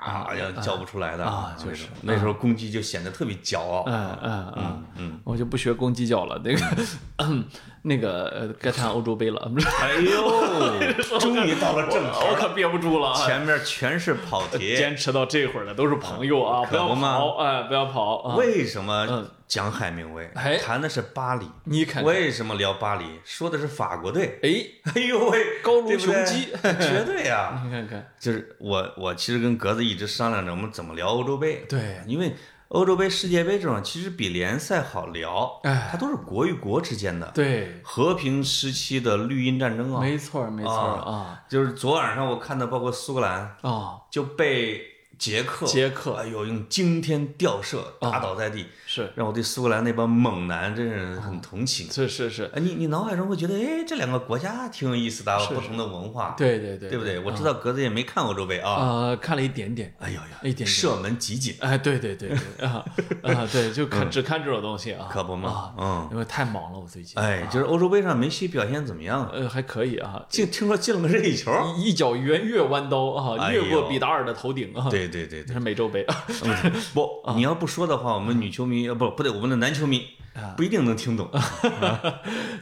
A: 哎啊，要叫不出来的
B: 啊
A: 那
B: 就是
A: 种那时候公鸡就显得特别骄傲。
B: 嗯嗯嗯
A: 哦嗯，
B: 我就不学公鸡叫了。那 个那个呃该谈欧洲杯了，
A: 哎 呦，终于到了正
B: 我呃
A: 题，
B: 可憋不住了啊！
A: 前面全是跑题。
B: 坚持到这会儿的都是朋友啊，
A: 嗯可
B: 不要
A: 不嘛
B: 跑，哎，不要跑啊！
A: 为什么讲海明威
B: 哎？
A: 谈的是巴黎。
B: 你看看，
A: 为什么聊巴黎？说的是法国队。
B: 哎，
A: 哎呦喂，
B: 高卢
A: 对不对
B: 雄鸡
A: 绝对呀！
B: 你看看，
A: 就是我，我其实跟格子一直商量着，我们怎么聊欧洲杯。
B: 对，
A: 因为欧洲杯、世界杯这种其实比联赛好聊，
B: 哎
A: 它都是国与国之间的
B: 对，
A: 和平时期的绿茵战争啊。
B: 没错儿没错儿啊
A: 就是昨晚上我看到，包括苏格兰
B: 啊，
A: 就被捷克，
B: 捷克啊
A: 哎呦，用惊天吊射打倒在地，
B: 是
A: 让我对苏格兰那帮猛男真是
B: 嗯
A: 很同情。
B: 是是是，
A: 哎，你你脑海中会觉得，哎，这两个国家挺有意思的，啊不同的文化，
B: 对对对，嗯
A: 对不对？我知道格子也没看欧洲杯啊，
B: 呃，看了一点点，
A: 哎呦呀，
B: 一点点
A: 射门集锦，
B: 哎，对对对对啊啊，对，就看只看这种东西啊，
A: 嗯可不嘛
B: 啊，
A: 嗯，
B: 因为太忙了，我最近，
A: 哎，就是欧洲杯上梅西表现怎么样？
B: 呃，还可以啊，
A: 净听说进了个任意球，
B: 一一脚圆月弯刀啊，
A: 哎
B: 越
A: 呦
B: 过比达尔的头顶啊，，
A: 对对 对对，
B: 是美洲杯啊，
A: 嗯不，你要不说的话，我们女球迷呃不不对，我们的男球迷
B: 啊
A: 不一定能听懂。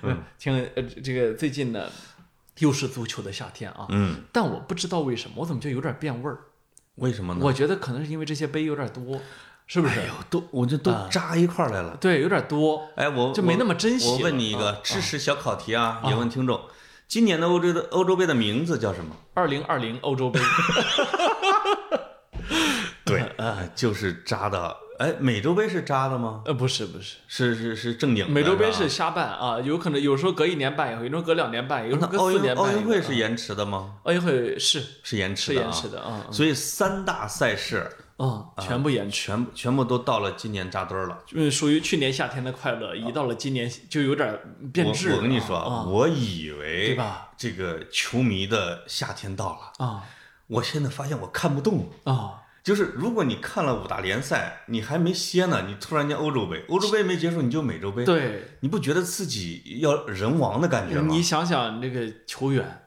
A: 嗯
B: 听呃这这个最近呢，又是足球的夏天啊，
A: 嗯，
B: 但我不知道为什么，我怎么就有点变味儿？
A: 为什么呢？哎
B: 我觉得可能是因为这些杯有点多，是不是？
A: 都我这都
B: 啊
A: 扎一块儿来了。
B: 对，有点多，
A: 哎，我
B: 就没那么珍惜了
A: 我问你一
B: 啊
A: 个知识小考题啊，也问听众，今年的欧洲的欧洲杯的名字叫什么？
B: 二零二零欧洲 杯
A: 对， 哎就是扎的。哎，美洲杯是扎的吗？
B: 呃，不是不是。
A: 是是是正经的。
B: 美洲杯
A: 吧
B: 是瞎办啊，有可能有时候隔一年办一回，有时候隔两年办一回，有时
A: 那
B: 候隔
A: 奥
B: 四
A: 运
B: 年
A: 奥
B: 办一回。
A: 运会
B: 啊
A: 是延迟的吗？
B: 奥运会是
A: 是延
B: 是
A: 迟的
B: 延
A: 啊。
B: 迟的啊，
A: 所以三大赛事
B: 嗯，嗯全部延迟，
A: 全部全部都到了今年扎堆儿了。
B: 就是嗯属于去年夏天的快乐，移到了今年就有点变质了
A: 我
B: 啊。
A: 我跟你说啊，
B: 啊
A: 我以为
B: 对吧？
A: 这个球迷的夏天到了，
B: 啊
A: 我现在发现我看不动了。
B: 啊，
A: 就是如果你看了五大联赛，你还没歇呢，你突然间欧洲杯，欧洲杯没结束你就美洲杯，
B: 对，
A: 你不觉得自己要人亡的感觉吗？
B: 你想想这个球员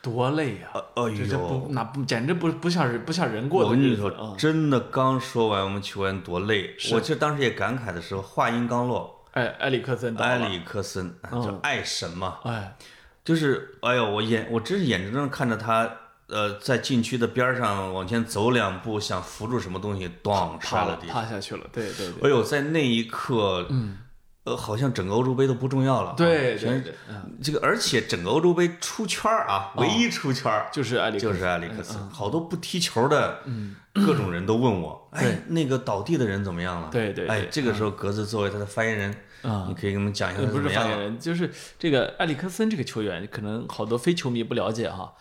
B: 多累呀，
A: 呃，哎
B: 这这不
A: 呦，
B: 那不简直不不像人不像人过
A: 我
B: 的
A: 跟
B: 日
A: 你
B: 子
A: 说
B: 啊，！
A: 真的，刚说完我们球员多累，
B: 是
A: 我其实当时也感慨的时候，话音刚落，
B: 埃哎埃里克森倒
A: 埃
B: 了，
A: 里克森啊
B: 嗯
A: 就爱神嘛，
B: 哎，
A: 就是哎呦，我眼我真是眼睁睁看着他。呃，在禁区的边儿上往前走两步，想扶住什么东西，咣
B: 趴
A: 摔
B: 了
A: 了地上。
B: 趴下去了，对对对
A: 哎呦，在那一刻，嗯，呃，好像整个欧洲杯都不重要了啊。
B: 对
A: 全
B: 对
A: 是
B: 对，嗯
A: 这个，而且整个欧洲杯出圈儿啊，唯一出圈儿
B: 就是埃里克嗯
A: 就
B: 森
A: 是埃里克森。好多不踢球的，各种人都问我，哎
B: 嗯对，
A: 那个倒地的人怎么样了？
B: 对对对嗯
A: 哎，这个时候格子作为他的发言人，
B: 啊。
A: 你可以给我们讲一下
B: 呃，
A: 他
B: 不
A: 怎
B: 是
A: 么样啊
B: 发言
A: 了？
B: 人，就是这个埃里克森这个球员，可能好多非球迷不了解哈，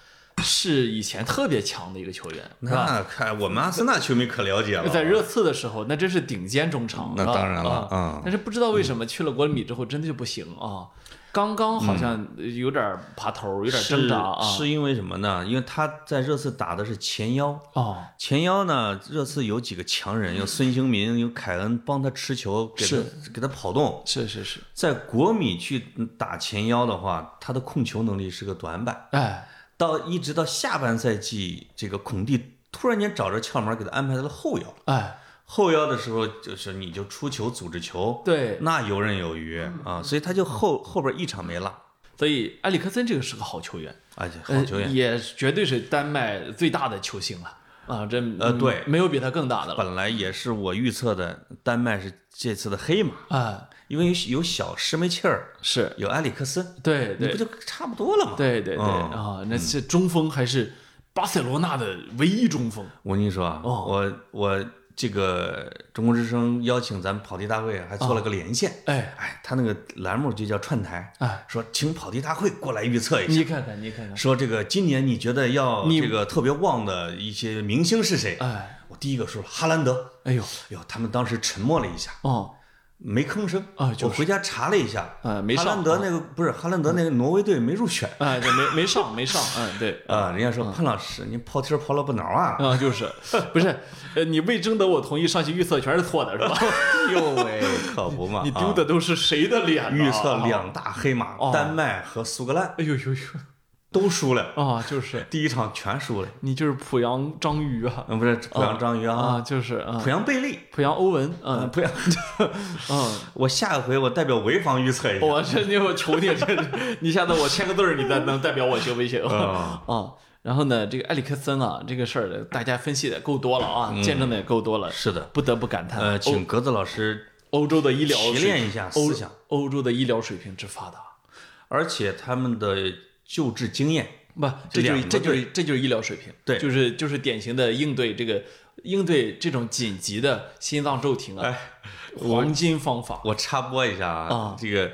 B: 是以前特别强的一个球员，是吧？
A: 那看我们阿森纳球迷可了解了，
B: 在热刺的时候，那真是顶尖中场，
A: 那
B: 是吧
A: 当然了
B: 啊
A: 嗯！
B: 但是不知道为什么去了国米之后，真的就不行啊，刚刚
A: 嗯
B: 好像有点爬头，有点
A: 是
B: 挣扎啊，
A: 是因为什么呢？因为他在热刺打的是前腰，
B: 哦，
A: 前腰呢，热刺有几个强人，有孙兴民，有凯恩帮他持球，给他
B: 是
A: 给他跑动。
B: 是是是，
A: 在国米去打前腰的话，他的控球能力是个短板。
B: 哎，
A: 到一直到下半赛季，这个孔蒂突然间找着窍门，给他安排到了后腰。
B: 哎，
A: 后腰的时候，就是你就出球组织球，
B: 对，
A: 那游刃有余啊，所以他就后后边一场没落，哎
B: 所以埃里克森这个是个好球员，
A: 而且好
B: 呃
A: 球员。
B: 也绝对是丹麦最大的球星了。啊，这
A: 呃对
B: 没有比他更大的了。
A: 本来也是我预测的，丹麦是这次的黑马，
B: 哎，
A: 因为有有小施梅切尔，
B: 是
A: 有埃里克森，
B: 对
A: 你
B: 对
A: 不就差不多了吗？
B: 对对对
A: 嗯
B: 啊，那这中锋还是巴塞罗那的唯一中锋。
A: 我跟你说啊，
B: 哦
A: 我我这个中国之声邀请咱们跑题大会啊还做了个连线，
B: 哎
A: 哎，他那个栏目就叫串台，
B: 哎，
A: 说请跑题大会过来预测一下，
B: 你看看你看看，
A: 说这个今年你觉得要
B: 你
A: 这个特别旺的一些明星是谁？
B: 哎
A: 我第一个说哈兰德，
B: 哎呦
A: 哟，他们当时沉默了一下，
B: 哦
A: 没吭声
B: 啊就是
A: 我回家查了一下，
B: 啊没
A: 哈
B: 上
A: 兰德那个不是哈兰德那个挪威队没入 选
B: 哎，这没没上没上，嗯对。
A: 啊，人家说潘老师你跑题儿跑了不挠啊，
B: 啊，就是，不是，呃，你未征得我同意上去预测全是错的，是吧？
A: 哟喂，可不 嘛，
B: 你
A: 啊
B: 丢的都是谁的脸呢？
A: 预测两大黑马
B: 哦，
A: 丹麦和苏格兰
B: 哎呦呦呦！
A: 都输了，
B: 啊，就是
A: 第一场全输了。
B: 你就是濮阳章鱼啊，
A: 嗯，不是濮阳章鱼啊，
B: 啊，就是啊，
A: 濮阳贝利，
B: 濮阳欧文，嗯
A: 濮阳。
B: 嗯，
A: 我下回我代表潍坊预测一下。
B: 我 这你我求你，这 你下次我签个字儿，你再能代表我行不行？
A: 啊
B: 啊，然后呢，这个埃里克森啊，这个事儿大家分析的够多了啊，见证的也够多了，
A: 嗯是的，
B: 不得不感叹，
A: 呃，
B: 欧
A: 请格子老师，
B: 欧洲的医疗水平
A: 提炼一下思
B: 欧
A: 想
B: 欧洲的医疗水平之发达，
A: 而且他们的救治经验，
B: 不，这就是
A: 两个
B: 这就是这就是医疗水平，
A: 对
B: 就是就是典型的应对这个应对这种紧急的心脏骤停啊，黄金方法
A: 我插播一下啊
B: 啊，
A: 这个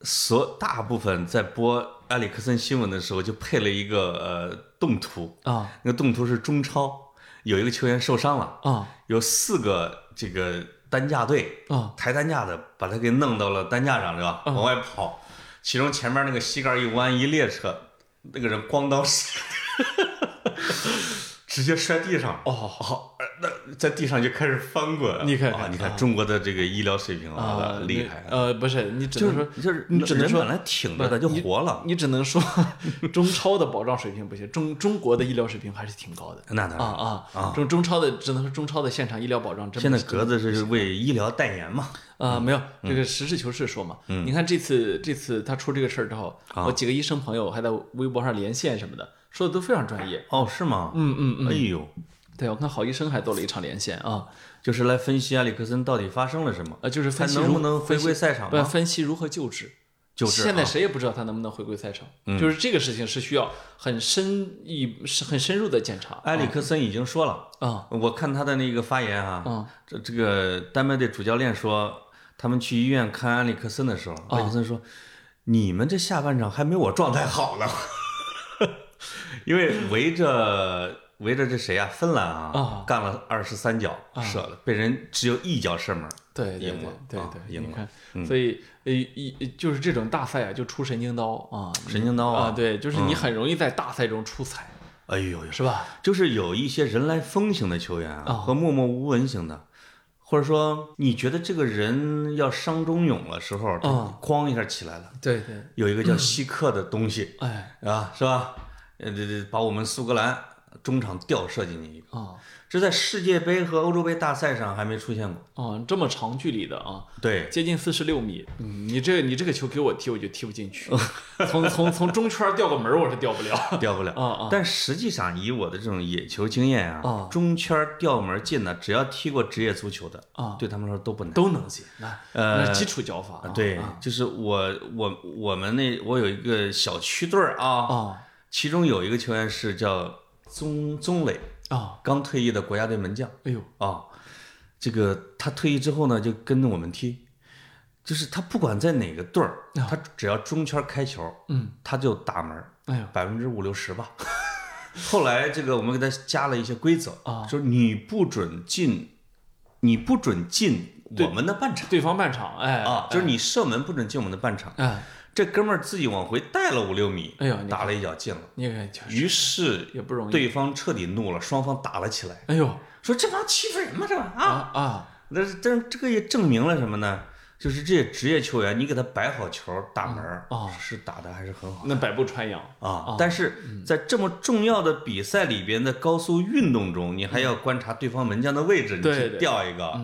A: 所大部分在播埃里克森新闻的时候，就配了一个呃动图，
B: 啊
A: 那个动图是中超有一个球员受伤了，
B: 啊
A: 有四个这个担架队
B: 啊
A: 抬担架的把他给弄到了担架上，对吧？往外跑，其中前面那个膝盖一弯一列车，那个人咣当 摔，直接摔地上。
B: 哦，好
A: 呃那在地上就开始翻滚，
B: 你看看
A: 啊你看中国的这个医疗水平
B: 啊
A: 啊，厉害！
B: 呃，不是你只
A: 就
B: 能说
A: 是就是，
B: 你只能
A: 人
B: 说
A: 本来挺着的就活了，
B: 你只能说 中超的保障水平不行，中中国的医疗水平还是挺高的。
A: 那当
B: 啊
A: 然。
B: 啊，中中超的只能说中超的现场医疗保障真
A: 现在
B: 不行
A: 格子是为医疗代言嘛？
B: 啊、没有这
A: 嗯
B: 个实事求是说嘛。你看这次这次他出这个事儿之后，
A: 啊
B: 我几个医生朋友还在微博上连线什么的，说的都非常专业。
A: 哦，是吗？
B: 嗯嗯，
A: 嗯，哎呦，
B: 对我看好医生还做了一场连线啊，
A: 就是来分析埃里克森到底发生了什么，
B: 呃，就是
A: 他
B: 分析
A: 能
B: 如
A: 不能回
B: 分析
A: 归赛场
B: 不啊
A: 吗？
B: 分析如何救治。
A: 救治
B: 现在
A: 啊嗯
B: 谁也不知道他能不能回归赛场，就是这个事情是需要很深一是很深入的检查。
A: 埃里克森已经说了，
B: 啊
A: 我看他的那个发言啊，
B: 嗯
A: 这这个丹麦队主教练说，他们去医院看埃里克森的时候，埃
B: 嗯
A: 里克森说：“你们这下半场还没我状态好呢。” 因为围着围着这谁啊，芬兰啊
B: 啊，
A: 干了二十三脚射了，被人只有一脚射门。
B: 对，对
A: 赢了
B: 对
A: 啊
B: 对对，
A: 赢
B: 你
A: 了
B: 看，所以呃一一就是这种大赛啊，就出神经刀啊，
A: 神经刀
B: 啊，
A: 啊！
B: 对，就是你很容易在大赛中出彩，
A: 哎呦呦，
B: 是吧？
A: 就是有一些人来疯型的球员啊，
B: 啊
A: 和默默无闻型的，或者说你觉得这个人要伤冬泳的时候，
B: 啊
A: 他哐一下起来了，
B: 对对，
A: 有一个叫希克的东西、
B: 哎
A: 啊，是吧？呃，这这把我们苏格兰中场吊射进去一个，
B: 啊
A: 这在世界杯和欧洲杯大赛上还没出现过。
B: 啊，这么长距离的啊，
A: 对，
B: 接近四十六米，嗯你这你这个球给我踢，我就踢不进去， 从从从中圈掉个门儿我是掉不了。
A: 吊不了。
B: 啊啊
A: 但实际上，以我的这种野球经验啊，
B: 啊
A: 中圈吊门进的，只要踢过职业足球的，
B: 啊
A: 对他们来说都不难。呃
B: 都能进，那那是基础脚法啊，
A: 对，就是我我我们那我有一个小区队儿啊，
B: 啊
A: 其中有一个球员是叫宗宗磊，
B: 啊，
A: 刚退役的国家队门将
B: 哎呦
A: 啊。这个他退役之后呢，就跟着我们踢，就是他不管在哪个队儿，
B: 哦
A: 他只要中圈开球，
B: 嗯，
A: 他就打门儿，
B: 哎呦
A: 百分之五六十吧。 后来这个我们给他加了一些规则
B: 啊
A: 就是你不准进，你不准进我们的半场
B: 对方半场哎
A: 啊，就是你射门不准进我们的半场。
B: 哎
A: 这哥们儿自己往回带了五六米，
B: 哎呦你
A: 打了一脚进了。
B: 你看就是
A: 于是
B: 也不容易，
A: 对方彻底怒了，双方打了起来，
B: 哎呦
A: 说这帮欺负人吗？这玩意儿
B: 啊
A: 啊！
B: 啊。
A: 那是但是这个也证明了什么呢？就是这些职业球员，你给他摆好球打门儿
B: 嗯哦啊
A: 是打的还是很好
B: 那百步穿杨
A: 啊。但是
B: 嗯
A: 在这么重要的比赛里边，在高速运动中，你还要观察对方门将的位置，你
B: 嗯对嗯
A: 去
B: 对
A: 调一个，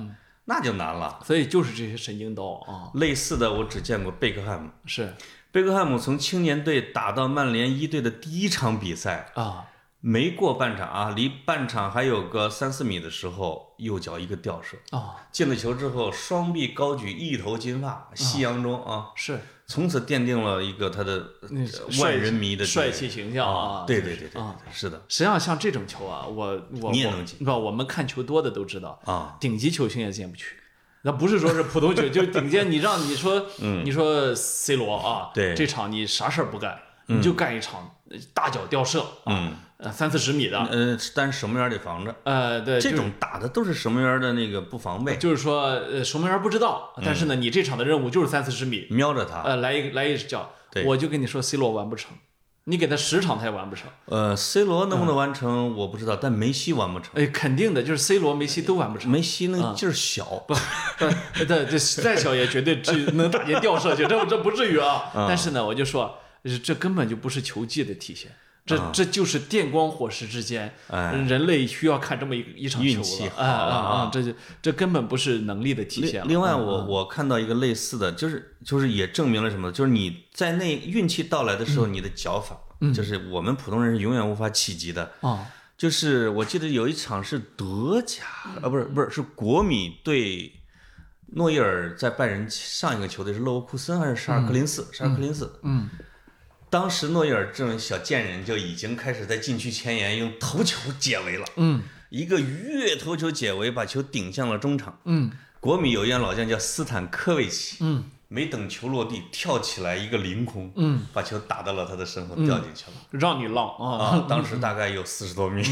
A: 那就难了。
B: 所以就是这些神经刀啊，
A: 类似的，我只见过贝克汉姆。
B: 是
A: 贝克汉姆从青年队打到曼联一队的第一场比赛，
B: 啊
A: 没过半场啊，离半场还有个三四米的时候，右脚一个吊射，
B: 哦，
A: 进了球之后，双臂高举，一头金发，夕阳中啊，
B: 是
A: 从此奠定了一个他的
B: 那
A: 呃
B: 帅
A: 万
B: 气
A: 人迷的地
B: 帅
A: 位
B: 气形象
A: 啊
B: 啊，，
A: 对
B: 就
A: 对
B: 是
A: 对对
B: 啊，，
A: 是的
B: 实际上像这种球啊，我我
A: 你也
B: 我
A: 能进
B: 不，我们看球多的都知道，
A: 啊，
B: 顶级球星也进不去。那不是说是普通球，就是顶尖。你让你 说，你说 C 罗
A: 嗯
B: 啊，
A: 对嗯
B: 这场你啥事儿不干，你就干一场呃大脚吊射啊，呃三四十米的，
A: 呃，但是守门员得防着，
B: 呃，对，
A: 这
B: 就是
A: 种打的都是守门员的那个不防备，
B: 就是说，呃，守门员不知道，
A: 嗯
B: 但是呢，你这场的任务就是三四十米，
A: 瞄着他。
B: 呃，来一来一脚
A: 对，
B: 我就跟你说，C 罗完不成，你给他十场他也完不成，
A: 呃，C 罗能不
B: 嗯
A: 能完成我不知道，但梅西完不成。
B: 哎，肯定的，就是 C 罗、梅西都完不成。
A: 梅西那
B: 啊
A: 个劲儿小，
B: 对 对，这再小也绝对至能打进吊射去，这这不至于啊。但是呢，我就说，呃这根本就不是球技的体现，这这就是电光火石之间，
A: 哎
B: 人类需要看这么一一场
A: 运
B: 球
A: 气
B: 了，
A: 好
B: 啊啊
A: 啊
B: 啊！这就这根本不是能力的体
A: 另
B: 现了。
A: 另外
B: 嗯
A: 我，我看到一个类似的，就是就是也证明了什么，就是你在那运气到来的时候，
B: 嗯
A: 你的脚法，就是我们普通人是永远无法企及的。
B: 啊，
A: 就是我记得有一场是德甲，
B: 嗯
A: 啊，不是不是是国米对诺伊尔在拜仁上一个球队是勒沃库森还是沙尔克林斯？沙尔克林斯，
B: 嗯，
A: 当时诺伊尔这种小贱人就已经开始在禁区前沿用头球解围了，
B: 嗯
A: 一个越头球解围把球顶向了中场。
B: 嗯
A: 国米有一员老将叫斯坦科维奇，
B: 嗯，
A: 没等球落地，跳起来一个凌空，
B: 嗯，
A: 把球打到了他的身后，掉进去了。
B: 让你浪啊，
A: 啊，当时大概有四十多米。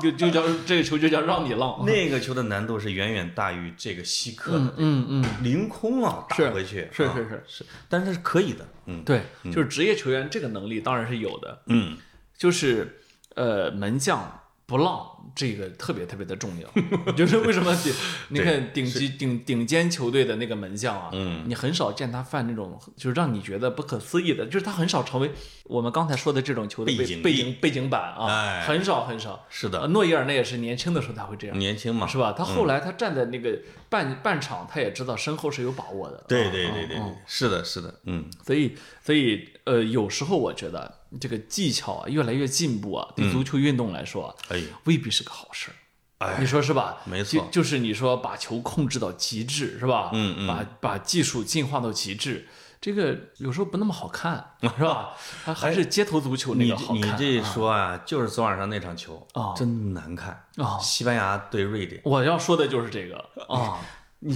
B: 就就叫这个球就叫让你浪。
A: 那个球的难度是远远大于这个西科的，
B: 嗯嗯嗯，
A: 凌空啊打
B: 是
A: 回去，
B: 是
A: 啊
B: 是是
A: 是，但是是可以的，嗯
B: 对，就是职业球员这个能力当然是有的，
A: 嗯，
B: 就是呃门将不浪这个特别特别的重要， 就是为什么顶你看顶级顶顶尖球队的那个门将啊，
A: 嗯
B: 你很少见他犯那种就是让你觉得不可思议的，就是他很少成为我们刚才说的这种球队
A: 背
B: 背
A: 景
B: 背景背景板啊
A: 哎，
B: 很少很少。
A: 是
B: 呃
A: 的，嗯
B: 诺伊尔那也是年轻的时候他会这样，
A: 年轻嘛，
B: 呃是吧？他后来他站在那个半半场，他也知道身后是有把握的。
A: 对
B: 啊
A: 对
B: 啊
A: 对对
B: 啊
A: 对，是的，是的，嗯
B: 所以，所以，呃，有时候我觉得这个技巧啊，越来越进步啊，
A: 嗯
B: 对足球运动来说啊，
A: 哎呦
B: 未必是个好事儿。
A: 哎
B: 你说是吧？
A: 没
B: 就
A: 错
B: 就是你说把球控制到极致是吧？
A: 嗯嗯
B: 把把技术进化到极致，这个有时候不那么 好看，是吧？还还是街头足球那
A: 你
B: 个好
A: 哎你
B: 看。
A: 这说啊，就是昨晚上那场球
B: 哦
A: 真难看
B: 哦
A: 西班牙对瑞典，
B: 我要说的就是 这个啊，
A: 你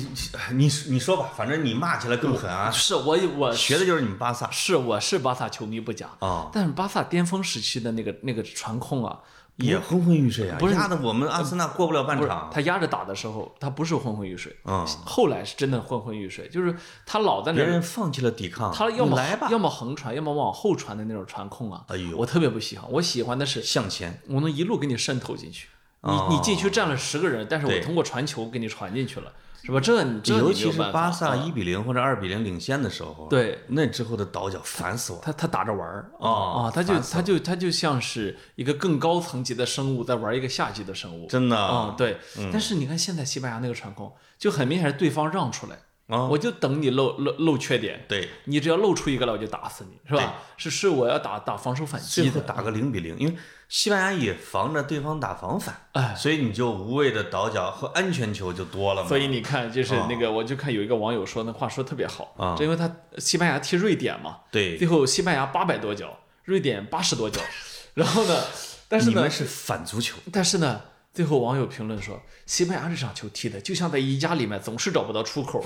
A: 你你说吧，反正你骂起来更狠啊，
B: 是我我哦
A: 学的就是你们巴萨
B: 是我是巴萨球迷不假，
A: 啊，
B: 但是巴萨巅峰时期的那个那个传控啊，
A: 也昏昏欲睡啊，
B: 不是
A: 压的我们阿森纳过不了半
B: 不是
A: 场，
B: 他压着打的时候，他不是昏昏欲睡，
A: 啊嗯
B: 后来是真的昏昏欲睡，就是他老在那
A: 别
B: 儿，
A: 人放弃了抵抗，
B: 他要么
A: 来吧，
B: 要么横传，要么往后传的那种传控啊，
A: 哎呦
B: 我特别不喜欢，我喜欢的是
A: 向前，
B: 我能一路给你渗透进去，
A: 哦
B: 你你禁区占了十个人，但是我
A: 对
B: 通过传球给你传进去了，是吧？这你这你
A: 尤
B: 没
A: 其
B: 有
A: 是
B: 办
A: 巴
B: 法
A: 萨
B: 啊
A: 一比零或者二比零领先的时候，，
B: 对。
A: 那之后的倒脚烦死我了。
B: 他他打着玩儿
A: 哦
B: 啊，他就他就他就像是一个更高层级的生物在玩一个下级的生物，
A: 真的
B: 啊、
A: 啊，
B: 对。但是你看现在西班牙那个传控，就很明显是对方让出来，
A: 啊
B: 我就等你露露露缺点，
A: 对，
B: 你只要露出一个来，我就打死你，是吧？是是，我要打打防守反
A: 最
B: 击
A: 后
B: 的，
A: 打个零比零，因为西班牙也防着对方打防反，
B: 哎
A: 所以你就无谓的倒脚和安全球就多了嘛。
B: 所以你看，就是那
A: 哦
B: 个，我就看有一个网友说那话说得特别好
A: 啊
B: 这因为他西班牙踢瑞典嘛，
A: 对
B: 最，后西班牙八百多脚，瑞典八十多脚，然后呢，但是
A: 你
B: 呢
A: 们，是反足 球，
B: 但是呢，最后网友评论说，西班牙这场球踢的就像在宜家里面总是找不到出 口，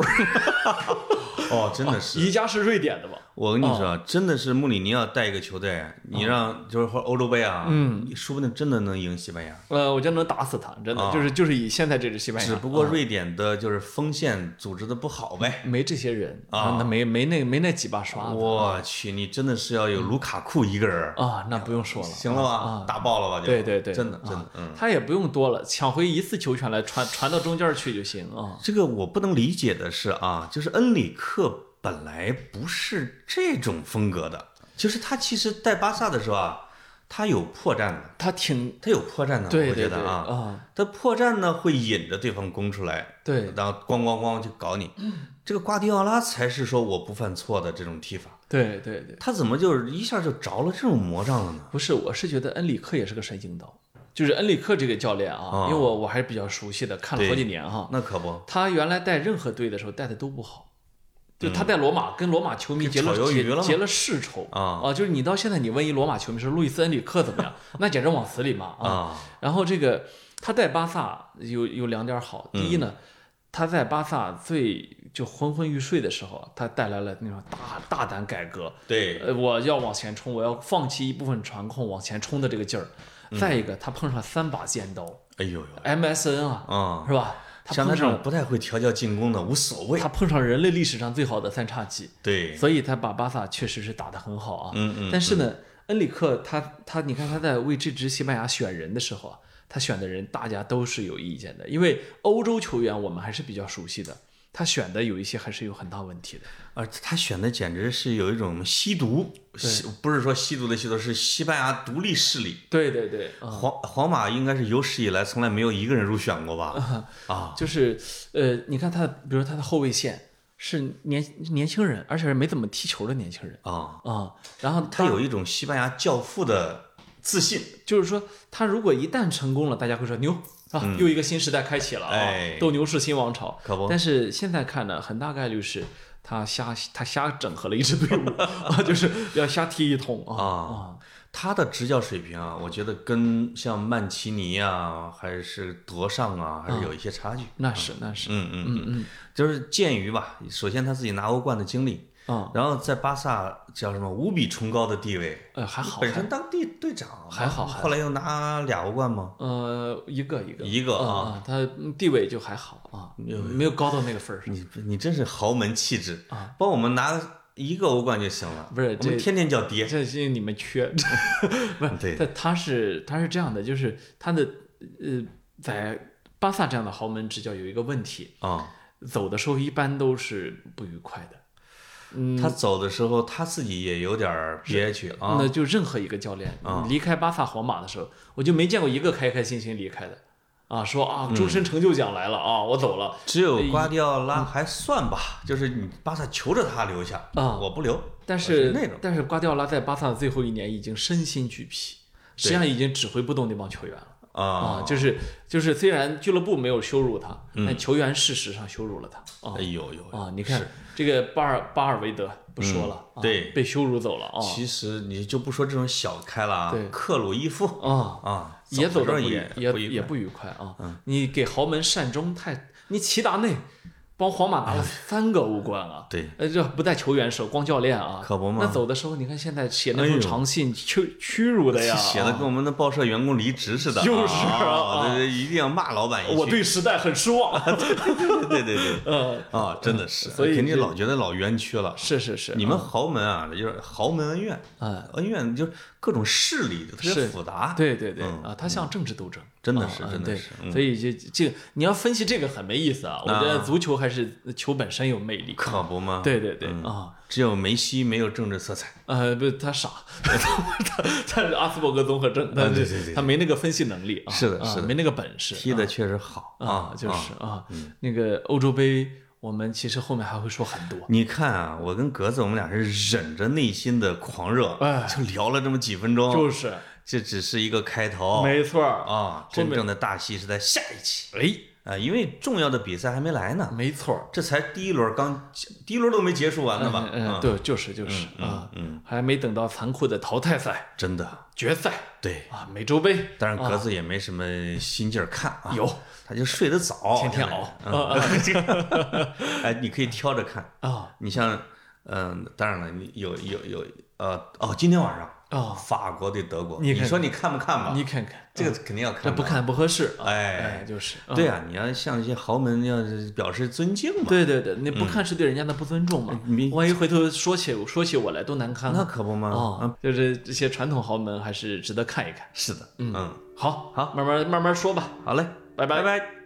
A: 哦，真的是。
B: 宜家是瑞典的吧？
A: 我跟你
B: 哦
A: 说，啊真的是穆里尼奥带一个球队，你让就是或欧洲杯啊，嗯，说不定真的能赢西班牙。
B: 呃，我觉得能打死他，真的、
A: 啊
B: 就是就是以现在这支西班牙，
A: 只不过瑞典的就是锋线组织的不好呗。
B: 没这些人
A: 啊
B: 那没没那没那几把刷子
A: 我去，你真的是要有卢卡库一个人儿，
B: 嗯啊，那不用说了，啊
A: 行了吧？打爆了吧？就
B: 对对对，
A: 真的真
B: 啊
A: 的，嗯，
B: 他也不用多了，抢回一次球权来传传到中间去就行啊。
A: 这个我不能理解的是啊，就是恩里克本来不是这种风格的，就是他其实带巴萨的时候啊，他有破绽的，
B: 他挺
A: 他有破绽的，嗯
B: 对
A: 我觉
B: 对
A: 得
B: 对
A: 啊，他破绽呢会引着对方攻出来，
B: 对嗯
A: 然后咣咣咣就搞你。这个瓜迪奥拉才是说我不犯错的这种踢法，
B: 对对对，
A: 他怎么就是一下就着了这种魔障了呢？
B: 不是，我是觉得恩里克也是个神经刀，就是恩里克这个教练啊，
A: 啊
B: 因为我我还是比较熟悉的，看了好几年哈。
A: 那可不，
B: 他原来带任何队的时候带的都不好，就他带罗马跟罗马球迷结了
A: 嗯跟炒鱿鱼
B: 结
A: 了吗
B: 结了世仇
A: 啊
B: 就是你到现在你问一罗马球迷说路易斯恩里克怎么样， 那简直往死里骂啊。
A: 啊，
B: 然后这个他带巴萨有有两点好，第一
A: 嗯
B: 呢，他在巴萨最就昏昏欲睡的时候，啊他带来了那种大大胆改革，
A: 对，
B: 呃，我要往前冲，我要放弃一部分传控往前冲的这个劲儿。
A: 嗯
B: 再一个，他碰上三把尖刀
A: 哎呦呦，
B: ，MSN 啊，
A: 啊，
B: 是吧？他
A: 像他
B: 碰
A: 这种
B: 上
A: 不太会调教进攻的无所谓，
B: 他碰上人类历史上最好的三叉戟，
A: 对，
B: 所以他把巴萨确实是打得很好啊。
A: 嗯嗯
B: 但是呢，恩里克他他，你看他在为这支西班牙选人的时候啊，他选的人大家都是有意见的，因为欧洲球员我们还是比较熟悉的，他选的有一些还是有很大问题的。
A: 而他选的简直是有一种吸毒，吸不是说吸毒的吸毒，是西班牙独立势力。
B: 对对对，啊、
A: 皇皇马应该是有史以来从来没有一个人入选过吧？啊，
B: 就是呃，你看他，比如他的后卫线是年年轻人，而且是没怎么踢球的年轻人
A: 啊，
B: 啊、然后
A: 他有一种西班牙教父的自信。
B: 就是说，他如果一旦成功了，大家会说牛啊，又一个新时代开启了啊
A: 嗯哎，
B: 斗牛士新王朝。
A: 可不
B: 但是现在看呢，很大概率是他瞎他瞎整合了一支队 伍啊，就是要瞎踢一通啊啊
A: 啊。他的执教水平啊，我觉得跟像曼奇尼啊，还是德尚啊，还是有一些差距。
B: 那是那是
A: 嗯嗯嗯嗯，就是鉴于吧，首先他自己拿欧冠的经历，
B: 啊，
A: 然后在巴萨叫什么无比崇高的地位，
B: 呃还好，
A: 本身当地队长啊
B: 还好还好
A: 后来又拿俩欧冠吗？
B: 呃一个一个
A: 一个啊嗯
B: 啊，他地位就还好啊，没有高到那个份儿上。
A: 你你真是豪门气质啊！帮我们拿一个欧冠就行了，
B: 不是
A: 我
B: 这
A: 们天天叫爹。
B: 这是你们缺， 不是？
A: 对
B: 他他是他是这样的，就是他的呃，在巴萨这样的豪门执教有一个问题，
A: 啊、
B: 走的时候一般都是不愉快的。
A: 他走的时候他自己也有点儿憋屈啊
B: 嗯那就任何一个教练、离开巴萨、皇马的时候，我就没见过一个开开心心离开的。啊，说啊，
A: 嗯
B: 终身成就奖来了、啊，我走了。
A: 只有瓜迪奥
B: 嗯
A: 拉还算吧，就是你巴萨求着他留下，
B: 啊
A: 我不留。
B: 但
A: 我
B: 是
A: 啊那种
B: 但是瓜迪奥拉在巴萨的最后一年已经身心俱疲，实际上已经指挥不动那帮球员了。
A: 啊，嗯
B: 啊，就是就是，虽然俱乐部没有羞辱他，但球员事实上羞辱了他啊
A: 哎呦呦，
B: 啊！你看这个巴尔巴尔韦德不说了，啊
A: 嗯对
B: 被羞辱走了啊
A: 其实你就不说这种小开了啊
B: 对，
A: 克鲁伊夫
B: 啊，
A: 啊，
B: 也
A: 走
B: 走的
A: 着
B: 不愉
A: 也
B: 也
A: 不愉
B: 也
A: 快嗯
B: 不愉快啊！你给豪门善终太，你齐达内帮皇马拿了三个欧冠啊！
A: 哎对，
B: 呃，这不带球员手，光教练啊，
A: 可不嘛
B: 那走的时候，你看现在写那
A: 哎
B: 封
A: 呦
B: 长信，屈屈辱的 呀，
A: 写的
B: 啊
A: 跟我们的报社员工离职似的，
B: 就是啊
A: 啊，
B: 啊
A: 对对一定要骂老板一句。
B: 我对时代很失望。
A: 对 对对对，
B: 嗯，
A: 啊，真的是，
B: 所以
A: 肯定
B: 这
A: 老觉得老冤屈了。
B: 是是是，
A: 你们豪门啊，就是豪门恩怨，
B: 哎
A: 恩怨就是各种势力就特别
B: 是
A: 复杂，
B: 对对对
A: 嗯
B: 啊，它像政治斗争，
A: 真的是
B: 啊
A: 真的
B: 对
A: 是嗯
B: 所以就这个你要分析这个很没意思啊，我觉得足球还是球本身有魅力。
A: 可不吗？
B: 对对对
A: 嗯
B: 啊，
A: 只有梅西没有政治色彩，
B: 呃，不，他傻， 他他是阿斯伯格综合症，他
A: 啊对对对
B: 他没那个分析能力啊，
A: 是的
B: 啊
A: 是的
B: 没那个本事
A: 踢的确实好
B: 啊，就是啊，
A: 嗯
B: 那个欧洲杯，我们其实后面还会说很多，
A: 你看啊，我跟格子我们俩是忍着内心的狂热，
B: 哎
A: 就聊了这么几分钟，
B: 就是
A: 这只是一个开头，
B: 没错儿，
A: 啊，真正的大戏是在下一期
B: 哎，
A: 啊，因为重要的比赛还没来呢，
B: 没错儿，
A: 这才第一轮刚，第一轮都没结束完呢吧？
B: 嗯，嗯，对，就是就是
A: 嗯
B: 啊，还没等到残酷的淘汰赛、
A: 真的，
B: 决赛
A: 对。
B: 啊，美洲杯，
A: 当然，格子也没什么心劲儿看啊，
B: 有
A: 他就睡得早，
B: 天天熬
A: 嗯。 哎，你可以挑着看，
B: 啊
A: 你像，嗯，当然了，你有有有，呃，哦，今天晚上
B: 啊！
A: 法国对德国，
B: 你
A: 你
B: 看
A: 说你看不啊看吧？
B: 你看看，
A: 这个肯定要看
B: 这
A: 的，
B: 不看不合适啊！
A: 哎
B: 哎，就是啊
A: 对啊，你要向一些豪门要是表示尊敬嘛，
B: 对对对，你不看是对人家的不尊重嘛
A: 嗯哎你？
B: 万一回头说起说起我来都难堪
A: 那
B: 啊！
A: 可不嘛，啊，
B: 哦就是这些传统豪门还是值得看一看。
A: 是的，嗯，
B: 好，
A: 好，
B: 慢慢慢慢说吧，
A: 好嘞，
B: 拜拜
A: 拜拜